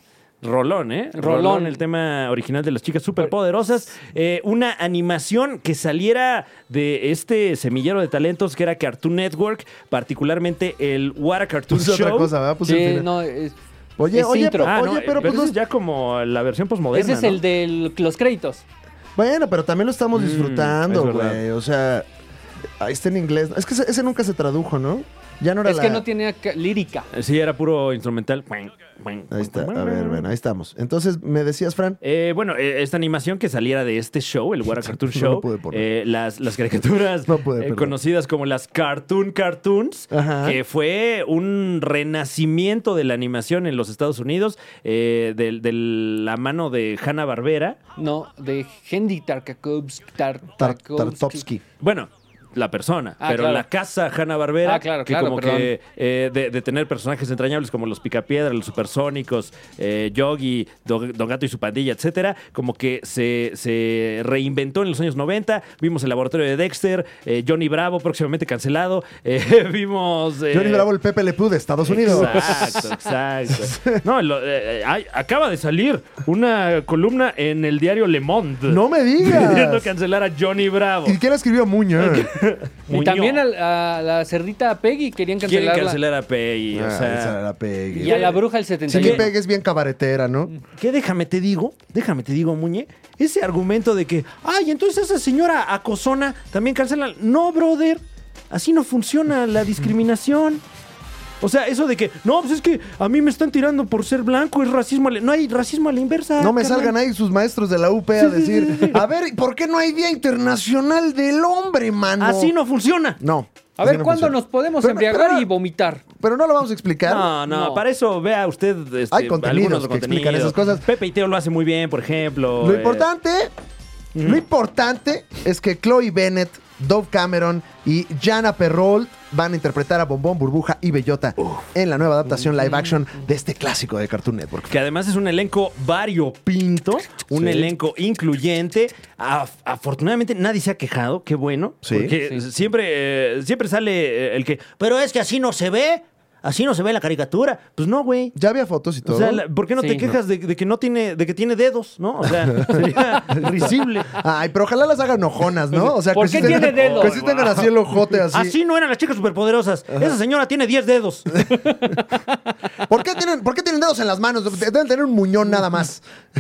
Rolón, ¿eh? Rolón.
Rolón.
el tema original de las chicas superpoderosas. Eh, una animación que saliera de este semillero de talentos que era Cartoon Network, particularmente el What a Cartoon
Puse
Show.
Pues otra cosa, ¿verdad? Puse el
Sí,
final.
no, es-
Oye,
es
oye,
intro.
pero-
Ah, no,
oye, pero pues
ese es
los-
ya como la versión posmoderna.
Ese es
¿no?
el de los créditos.
Bueno, pero también lo estamos
es
disfrutando,
verdad.
güey. O sea, ahí está en inglés. Es que ese, ese nunca se tradujo, ¿no? Ya no era
es que
la-
no tiene ca- lírica.
Sí, era puro instrumental.
Ahí está. A ver, bueno, ahí estamos. Entonces, me decías, Fran.
Eh, bueno, eh, esta animación que saliera de este show, el Guara Cartoon
No
Show,
lo pude poner.
eh, las, las caricaturas
No pude,
eh,
perdón.
conocidas como las Cartoon Cartoons,
Ajá.
que fue un renacimiento de la animación en los Estados Unidos, eh, del- de, la mano de Hanna-Barbera.
No, de Hendy Tarkakovsky. Tar-
Tar-
Tarkovsky.
Tartovsky.
Bueno, la persona,
Ah,
pero
claro.
la casa Hanna-Barbera,
Ah, claro,
que
claro,
como que eh, de, de tener personajes entrañables como los Picapiedra, los Supersónicos, eh, Yogi, Don, Don Gato y su pandilla, etcétera, como que se, se reinventó en los años 90. Vimos el laboratorio de Dexter, eh, Johnny Bravo próximamente cancelado, eh, vimos... eh,
Johnny Bravo, el Pepe Le Pew de Estados Unidos.
Exacto, exacto. No, lo- eh, eh, ay, acaba de salir una columna en el diario Le Monde.
No me
Pidiendo
digas.
cancelar a Johnny Bravo.
¿Y quién escribió Muñoz?
Y también al- a, la cerdita Peggy querían
Quieren
cancelarla.
cancelar a Peggy.
Ah,
o sea,
Y a la bruja el
Si
71.
me pegues bien cabaretera, ¿no?
¿Qué déjame te digo? Déjame te digo, Muñe. Ese argumento de que, ay, entonces esa señora acosona también cancela. No, brother. Así no funciona la discriminación. O sea, eso de que, no, pues es que a mí me están tirando por ser blanco, es racismo. a la- No hay racismo a la inversa.
No me
carnal.
salgan ahí sus maestros de la UP a decir, a ver, ¿por qué no hay Día Internacional del Hombre, mano?
Así Ah, no funciona.
No.
A
así
ver,
no
¿cuándo
funciona.
nos podemos
Pero-
embriagar
pero-
y vomitar?
Pero no lo vamos a explicar.
No, no,
No.
para eso vea usted este,
Hay contenidos
algunos
que explican esas cosas.
Pepe y Teo lo hace muy bien, por ejemplo.
Lo
eh,
importante,
Mm.
lo importante es que Chloe Bennett, Dove Cameron y Jana Perrault van a interpretar a Bombón, Burbuja y Bellota en la nueva
Mm.
adaptación live action de este clásico de Cartoon Network.
Que además es un elenco variopinto, un
Sí.
elenco incluyente. Af- afortunadamente nadie se ha quejado, qué bueno.
Sí.
Porque siempre, eh, siempre sale eh, el que, pero es que así no se ve, así no se ve la caricatura. Pues no, güey.
Ya había fotos y todo.
O sea, la- ¿por qué no
Sí.
te quejas de, de que no tiene, de que tiene dedos, no? O sea, sería risible.
Ay, pero ojalá las hagan ojonas, ¿no? O sea,
¿Por
que,
qué
sí tengan,
tiene dedos? ¿Ah,
que sí tengan así el ojote así.
Así no eran las chicas superpoderosas. Esa señora tiene 10 dedos.
¿Por, qué tienen, ¿Por qué tienen dedos en las manos? Deben tener un muñón nada más.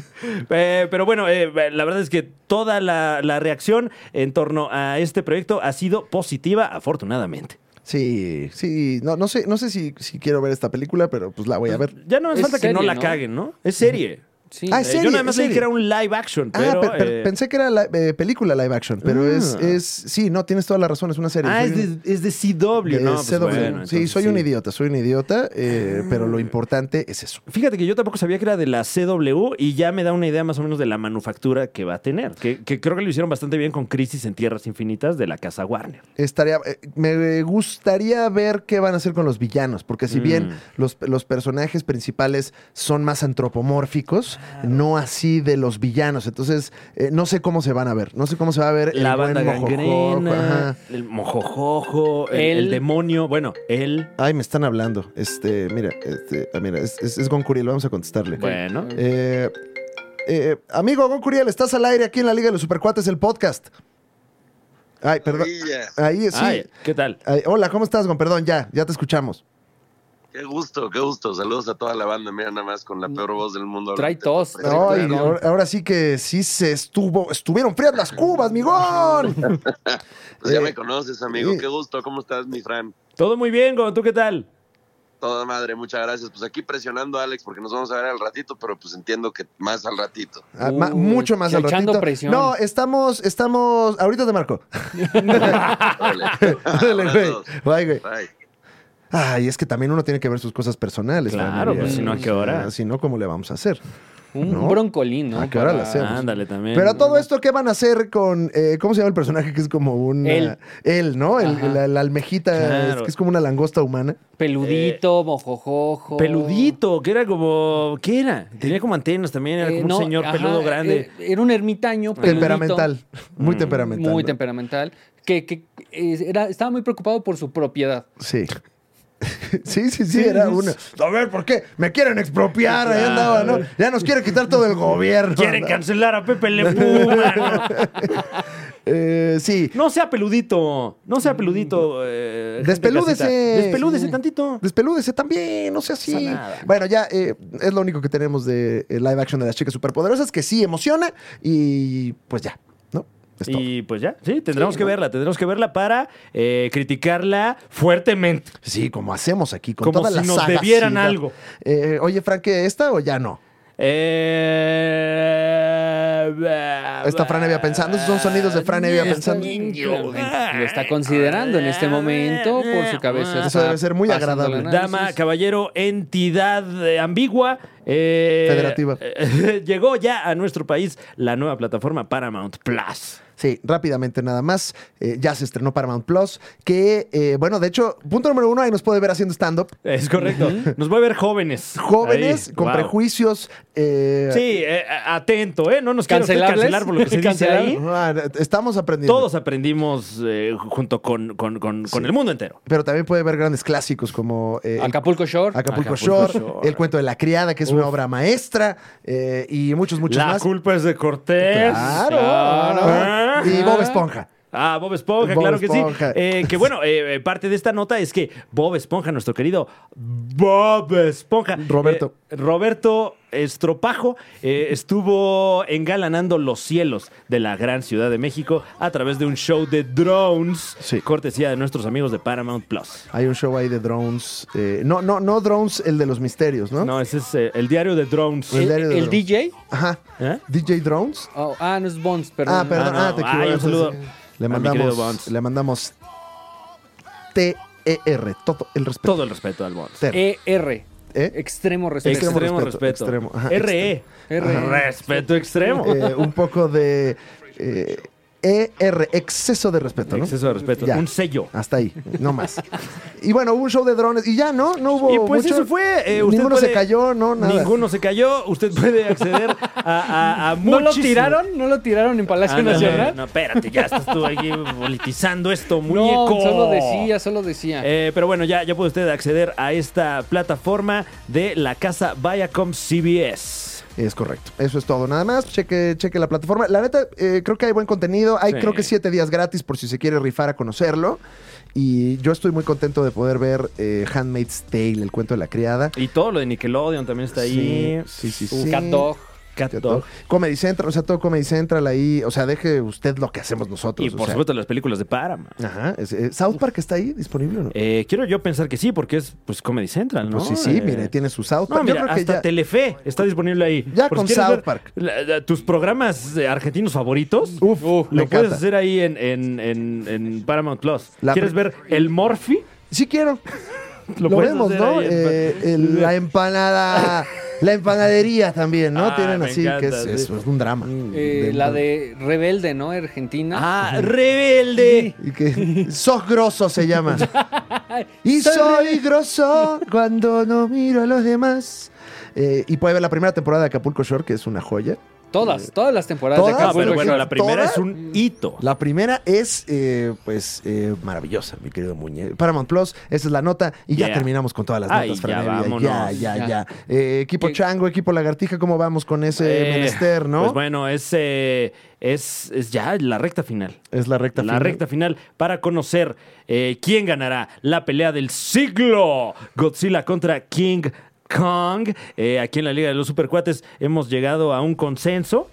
Eh, pero bueno, eh, la verdad es que toda la, la reacción en torno a este proyecto ha sido positiva, afortunadamente.
Sí, sí. No, no sé, no sé si, si quiero ver esta película, pero pues la voy a ver.
Ya no hace
Es
falta que no
serie,
la
¿no?
caguen, ¿no? Es serie.
Sí.
Ah,
Eh,
es- serie,
Yo nada más leí
serie.
que era un live action, pero.
ah, pe- pe-
eh,
pensé que era la, eh, película live action, pero es, es. Sí, no, tienes toda la razón, es una serie.
ah,
Soy
es
un-
de, es de CW,
de
¿no? Pues
CW.
bueno,
sí,
entonces
soy un
sí. Ah.
idiota, soy un idiota, eh, pero lo importante es eso.
Fíjate que yo tampoco sabía que era de la CW y ya me da una idea más o menos de la manufactura que va a tener. Que, que creo que lo hicieron bastante bien con Crisis en Tierras Infinitas de la casa Warner.
Estaría, eh, me gustaría ver qué van a hacer con los villanos, porque si bien
Mm.
los, los personajes principales son más antropomórficos, no así de los villanos. Entonces, eh, no sé cómo se van a ver. No sé cómo se va a ver el
la
buen
banda
mojojojo,
gangrena,
ajá.
el mojojojo, el,
El-
el demonio. Bueno, él.
Ay, me están hablando. Este, mira, este, ah, mira, es, es, es Goncuriel, vamos a contestarle.
Bueno.
Eh, eh, amigo Goncuriel, estás al aire aquí en la Liga de los Supercuates, el podcast. Ay, perdón.
Maravilla.
Ahí sí.
Ay, ¿Qué tal?
Ay, hola, ¿cómo estás, Gon? Perdón, ya, ya te escuchamos.
Qué gusto, qué gusto. Saludos a toda la banda. Mira, nada más con la peor voz del mundo.
Trae
ahorita.
tos.
Pues,
trae
Ay,
tos.
ahora, ahora sí que sí se estuvo, estuvieron frías las cubas, mi Gon.
pues ya
eh,
me conoces, amigo.
eh.
Qué gusto. ¿Cómo estás, mi Fran?
Todo muy bien, Gon, ¿tú qué tal?
Toda madre, muchas gracias. Pues aquí presionando a Alex porque nos vamos a ver al ratito, pero pues entiendo que más al ratito.
Ah, ma-
Uy,
mucho más al
echando
ratito.
presión.
No, estamos, estamos, ahorita te marco.
Órale.
Órale, güey.
Abrazos.
Ay, güey.
Bye.
Ay, es que también uno tiene que ver sus cosas personales.
Claro,
María.
pues, si no, ¿a qué hora?
Ah, Si no, ¿cómo le vamos a hacer?
Un
¿no?
broncolín, ¿no?
¿A qué hora
Para-
la hacemos?
Ándale también.
Pero a todo esto, ¿qué van a hacer con. eh, ¿Cómo se llama el personaje que es como un. eh,
Él.
Él, ¿no? El-
Ajá.
la, la almejita,
Claro.
es que es como una langosta humana.
Peludito, mojojojo.
Peludito, que era como. ¿Qué era? Tenía como antenas también, era
Eh,
como
no,
un señor
ajá,
peludo grande.
eh, Era un ermitaño. peludito,
Temperamental.
Mm,
Muy temperamental.
Muy
¿no?
temperamental. Que, que eh, era, estaba muy preocupado por su propiedad.
Sí. sí, sí, sí, era uno. A ver, ¿por qué? Me quieren expropiar, ahí andaba, ¿no? Ya nos quiere quitar todo el gobierno.
Quieren
¿no?
cancelar a Pepe Le Pew, mano.
Eh, sí.
No sea peludito, no sea peludito. eh, gente
Despelúdese.
casita. Despelúdese tantito.
Despelúdese también, no sé
No
así.
pasa nada.
Bueno, ya eh, es lo único que tenemos de eh, live action de las chicas superpoderosas, que sí emociona y pues ya, ¿no? Es todo.
Y pues ya, sí, tendremos que verla, tendremos que verla para eh, criticarla fuertemente.
Sí, como hacemos aquí con
Como
todas
si
las
nos
sagas,
debieran
sí,
algo.
Eh, oye, Frank, ¿esta o ya no?
Eh,
Esta Fran Evia pensando, esos son sonidos de Fran Evia pensando.
Lo está considerando en este momento por su cabeza.
Eso
está
debe ser muy
pasando el
agradable.
análisis.
Dama, caballero, entidad eh, ambigua. eh,
Federativa.
eh, llegó ya a nuestro país la nueva plataforma Paramount Plus.
Sí, rápidamente nada más. eh, ya se estrenó Paramount Plus, que, eh, bueno, de hecho, punto número uno, ahí nos puede ver haciendo stand-up.
Es correcto. Nos va a ver jóvenes.
Jóvenes,
Ahí,
con
wow.
prejuicios. eh,
Sí, eh, atento, ¿eh? No nos quiero
Cancelables.
cancelar por lo que se dice
Cancelables.
ahí.
ah, Estamos aprendiendo.
Todos aprendimos eh, junto con, con- con- con el mundo entero.
Pero también puede ver grandes clásicos como eh, el
Acapulco Shore.
Acapulco,
Acapulco
Shore,
Shore.
El cuento de la criada, que es una obra maestra, eh, y muchos, muchos
la
más.
culpa es de Cortés.
Claro.
Claro.
Y Bob Esponja.
Ah, Bob Esponja,
Bob
claro
Esponja.
que sí. Eh, que bueno, eh, eh, parte de esta nota es que Bob Esponja, nuestro querido Bob Esponja.
Roberto.
eh, Roberto Estropajo eh, estuvo engalanando los cielos de la gran Ciudad de México a través de un show de drones,
Sí.
cortesía de nuestros amigos de Paramount Plus.
Hay un show ahí de drones. eh, no, no, no drones, el de los misterios, ¿no? Pues,
No, ese es eh, el diario de drones.
El
El,
diario de
el
Dross.
DJ.
Ajá.
¿Eh?
DJ Drones.
Oh, ah, no es Bones, perdón.
Ah, perdón.
Ah,
Ah,
no.
te
Ay, un
equivocaste.
saludo
Le
a mi querido
mandamos,
Bones.
le mandamos TER, todo el respeto.
Todo el respeto al Bond.
TER.
ER.
¿Eh?
Extremo respeto.
Extremo,
Extremo Ah,
respeto.
respeto, extremo, ajá,
RE.
extremo.
Ajá. Respeto extremo.
Eh, un poco de eh, ER, exceso de respeto, ¿no?
Exceso de respeto.
Ya.
Un sello.
Hasta ahí, no más. Y bueno, hubo un show de drones y ya, ¿no? No hubo
Y pues
mucho.
eso fue. eh, usted
Ninguno
puede-
se cayó, no, nada.
Ninguno se cayó. Usted puede acceder a, a, a
¿No lo
muchísimo-
tiraron? ¿No lo tiraron en Palacio
Ah, no,
Nacional?
no, no, espérate, ya estás tú aquí politizando esto,
No,
muñeco.
solo decía, solo decía.
Eh, pero bueno, ya, ya puede usted acceder a esta plataforma de la casa Viacom CBS.
Es correcto. Eso es todo. Nada más, cheque, cheque la plataforma. La neta, eh, creo que hay buen contenido. Hay
Sí.
creo que siete días gratis por si se quiere rifar a conocerlo. Y yo estoy muy contento de poder ver eh, Handmaid's Tale, el cuento de la criada.
Y todo lo de Nickelodeon también está ahí.
Sí, sí, sí.
Uf,
sí.
Cat Dog.
Cat
Cat
Dog.
Dog. Comedy Central, o sea, todo Comedy Central ahí. O sea, deje usted lo que hacemos nosotros.
Y
o
por
sea.
supuesto las películas de Paramount.
Ajá. es- eh, South Park está ahí disponible, o ¿no?
Eh, quiero yo pensar que sí, porque es pues Comedy Central, ¿no?
Pues sí, sí,
Eh,
mire, tiene su South Park.
No, mira,
yo creo que
hasta
ya.
Telefe está disponible ahí.
Ya
Por
con
si quieres
South
ver
Park.
la- la- tus programas eh, argentinos favoritos,
Uf, me
lo puedes
encanta.
hacer ahí en, en- en- en Paramount Plus.
La
¿Quieres
pre-
ver el Morphy?
Sí quiero. Lo,
puedes
vemos,
hacer
¿no?
ahí en-
Eh, el- la empanada. La empanadería también, ¿no?
Ah,
Tienen
me
así,
encanta,
que es,
sí. Mm,
es- es un drama.
Eh,
Del-
la de Rebelde, ¿no? Argentina.
Ah, rebelde.
Y que- sos grosso se llama. y soy, grosso cuando no miro a los demás. Eh, y puede ver la primera temporada de Acapulco Shore, que es una joya.
Todas, todas las temporadas
todas,
de
No, Eh, pero
Acapulco
Ah, bueno,
Shore.
la primera
¿Toda?
es un hito.
La primera es, eh, pues, eh, maravillosa, mi querido Muñe. Paramount Plus, esa es la nota. Y ya
Yeah.
terminamos con todas las
Ay,
notas,
ya
Fran Evia.
vámonos.
Ya, ya, ya.
Ya.
Eh, equipo
¿Qué-
Chango, equipo Lagartija, ¿cómo vamos con ese
Eh,
menester, no?
Pues bueno, es, eh, es, es ya la recta final.
es la recta
la
final.
recta final para conocer eh, quién ganará la pelea del siglo. Godzilla contra King Kong. Eh, aquí en la Liga de los Supercuates hemos llegado a un consenso.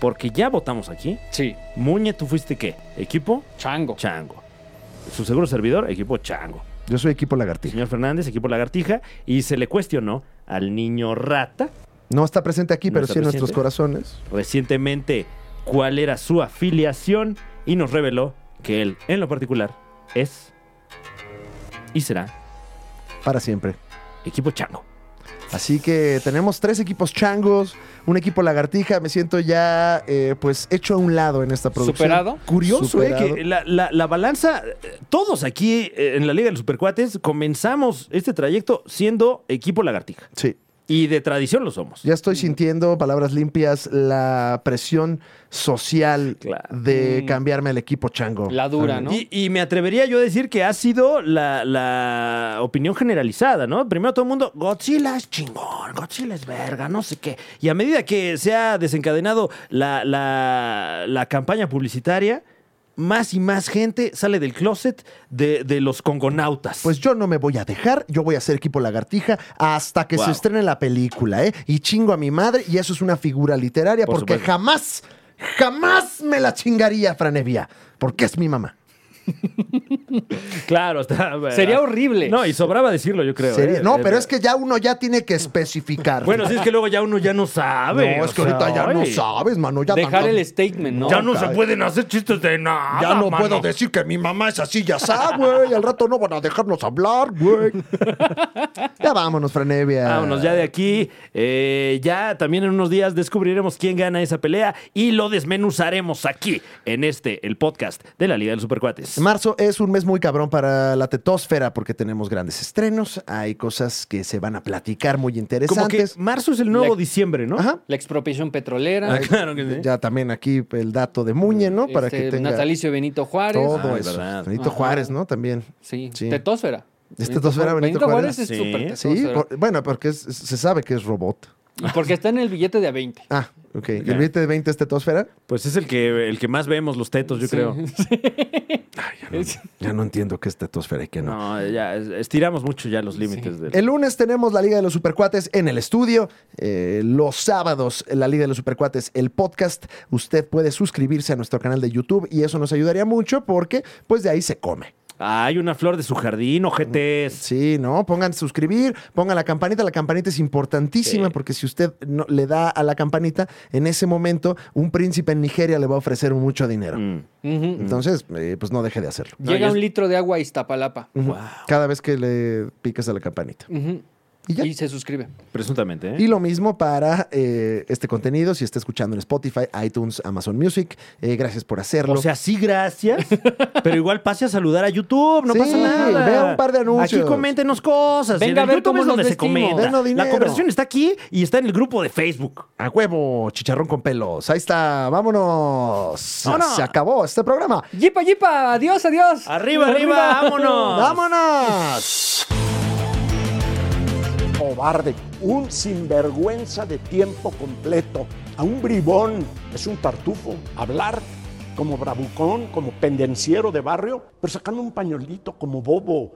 Porque ya votamos aquí.
Sí,
Muñe, ¿tú fuiste qué? Equipo
Chango.
Chango. Su seguro servidor, equipo Chango.
Yo soy equipo Lagartija.
Señor Fernández, equipo Lagartija. Y se le cuestionó al niño rata
No está presente aquí,
No
pero
está
sí en nuestros
presente.
corazones.
recientemente cuál era su afiliación y nos reveló que él, en lo particular, es y será
Para siempre.
equipo chango.
Así que tenemos tres equipos changos, un equipo lagartija. Me siento ya, eh, pues, hecho a un lado en esta producción.
¿Superado?
Curioso, eh,
Superado.
que la, la- la balanza, eh, todos aquí eh, en la Liga de los Supercuates comenzamos este trayecto siendo equipo lagartija.
Sí.
Y de tradición lo somos.
Ya estoy sintiendo, palabras limpias, la presión social
Claro.
de
Mm.
cambiarme al equipo chango.
La dura, ¿no?
Y, y me atrevería yo a decir que ha sido la, la opinión generalizada, ¿no? Primero todo el mundo, Godzilla es chingón, Godzilla es verga, no sé qué. Y a medida que se ha desencadenado la, la- la campaña publicitaria, más y más gente sale del closet de, de los congonautas.
Pues yo no me voy a dejar, yo voy a ser equipo lagartija hasta que se
Wow.
estrene la película, ¿eh? Y chingo a mi madre, y eso es una figura literaria,
Por
porque
supuesto.
jamás Jamás me la chingaría, Franevia, porque es mi mamá.
Claro, está-
Sería horrible.
No, y sobraba decirlo, yo creo.
Sería-
¿eh?
no,
Eh,
pero es que ya uno ya tiene que especificar.
Bueno, sí, es que luego ya uno ya no sabe.
no,
o
es que
sea,
ahorita ya no
ay,
sabes, mano. Ya
Dejar
tanto-
el statement, ¿no?
Ya no se
Ay.
pueden hacer chistes de nada.
Ya no
mano.
puedo decir que mi mamá es así, ya está, güey. Al rato no van a dejarnos hablar, güey. ya vámonos, Franevia.
Vámonos
Ah.
ya de aquí. Eh, ya también en unos días descubriremos quién gana esa pelea y lo desmenuzaremos aquí en este, el podcast de la Liga de los Supercuates.
Marzo es un mes muy cabrón para la tetósfera porque tenemos grandes estrenos, hay cosas que se van a platicar muy
Como que
interesantes.
marzo es el nuevo
Le-
diciembre, ¿no?
Ajá.
La expropiación petrolera.
Ah, claro que sí.
Ya también aquí el dato de Muñe, ¿no? Para
este,
que tenga
Natalicio Benito Juárez.
todo
Ah, es
eso.
verdad.
Benito
Ajá.
Juárez, ¿no? También.
Sí.
Sí.
Tetósfera.
Es tetósfera, Benito
Juárez.
Juárez.
es
Sí,
súper
Sí,
tetósfera.
por- bueno, porque es- se sabe que es robot.
Porque está en el billete de a 20.
Ah, ok.
Ya.
¿El billete de 20 es tetósfera?
Pues es el que, el que más vemos los tetos, yo creo.
Ya no entiendo qué es tetósfera y qué no.
No, ya es- estiramos mucho ya los límites del...
El lunes tenemos la Liga de los Supercuates en el estudio. Eh, los sábados, la Liga de los Supercuates, el podcast. Usted puede suscribirse a nuestro canal de YouTube y eso nos ayudaría mucho porque, pues, de ahí se come.
Ah, hay una flor de su jardín, ojetes.
Sí, ¿no? Pongan suscribir, pongan la campanita. La campanita es importantísima
Sí.
porque si usted no, le da a la campanita, en ese momento, un príncipe en Nigeria le va a ofrecer mucho dinero.
Mm.
Ujú.
Entonces, eh, pues, no deje de hacerlo.
No,
Llega
ya
un
es-
litro de agua a Iztapalapa.
Ujú. Cada vez que le picas a la campanita.
Ujú.
Y ya.
Y se suscribe.
Presuntamente, ¿eh?
Y lo mismo para eh, este contenido, si está escuchando en Spotify, iTunes, Amazon Music. eh, gracias por hacerlo.
O sea, sí, gracias. pero igual pase a saludar a YouTube, no
Sí,
pasa nada.
vea un par de anuncios.
Aquí coméntenos cosas.
Venga
En
a ver
YouTube
cómo
es
nos
donde se
vestimos.
comenta.
Denos dinero.
La conversación está aquí y está en el grupo de Facebook.
a huevo, chicharrón con pelos. Ahí está, vámonos.
Vámonos.
Se acabó este programa.
¡Yipa, yipa! ¡Adiós, adiós!
Arriba, arriba, vámonos.
¡Vámonos!
cobarde, un sinvergüenza de tiempo completo, a un bribón, es un tartufo, hablar como bravucón, como pendenciero de barrio, pero sacando un pañolito como bobo,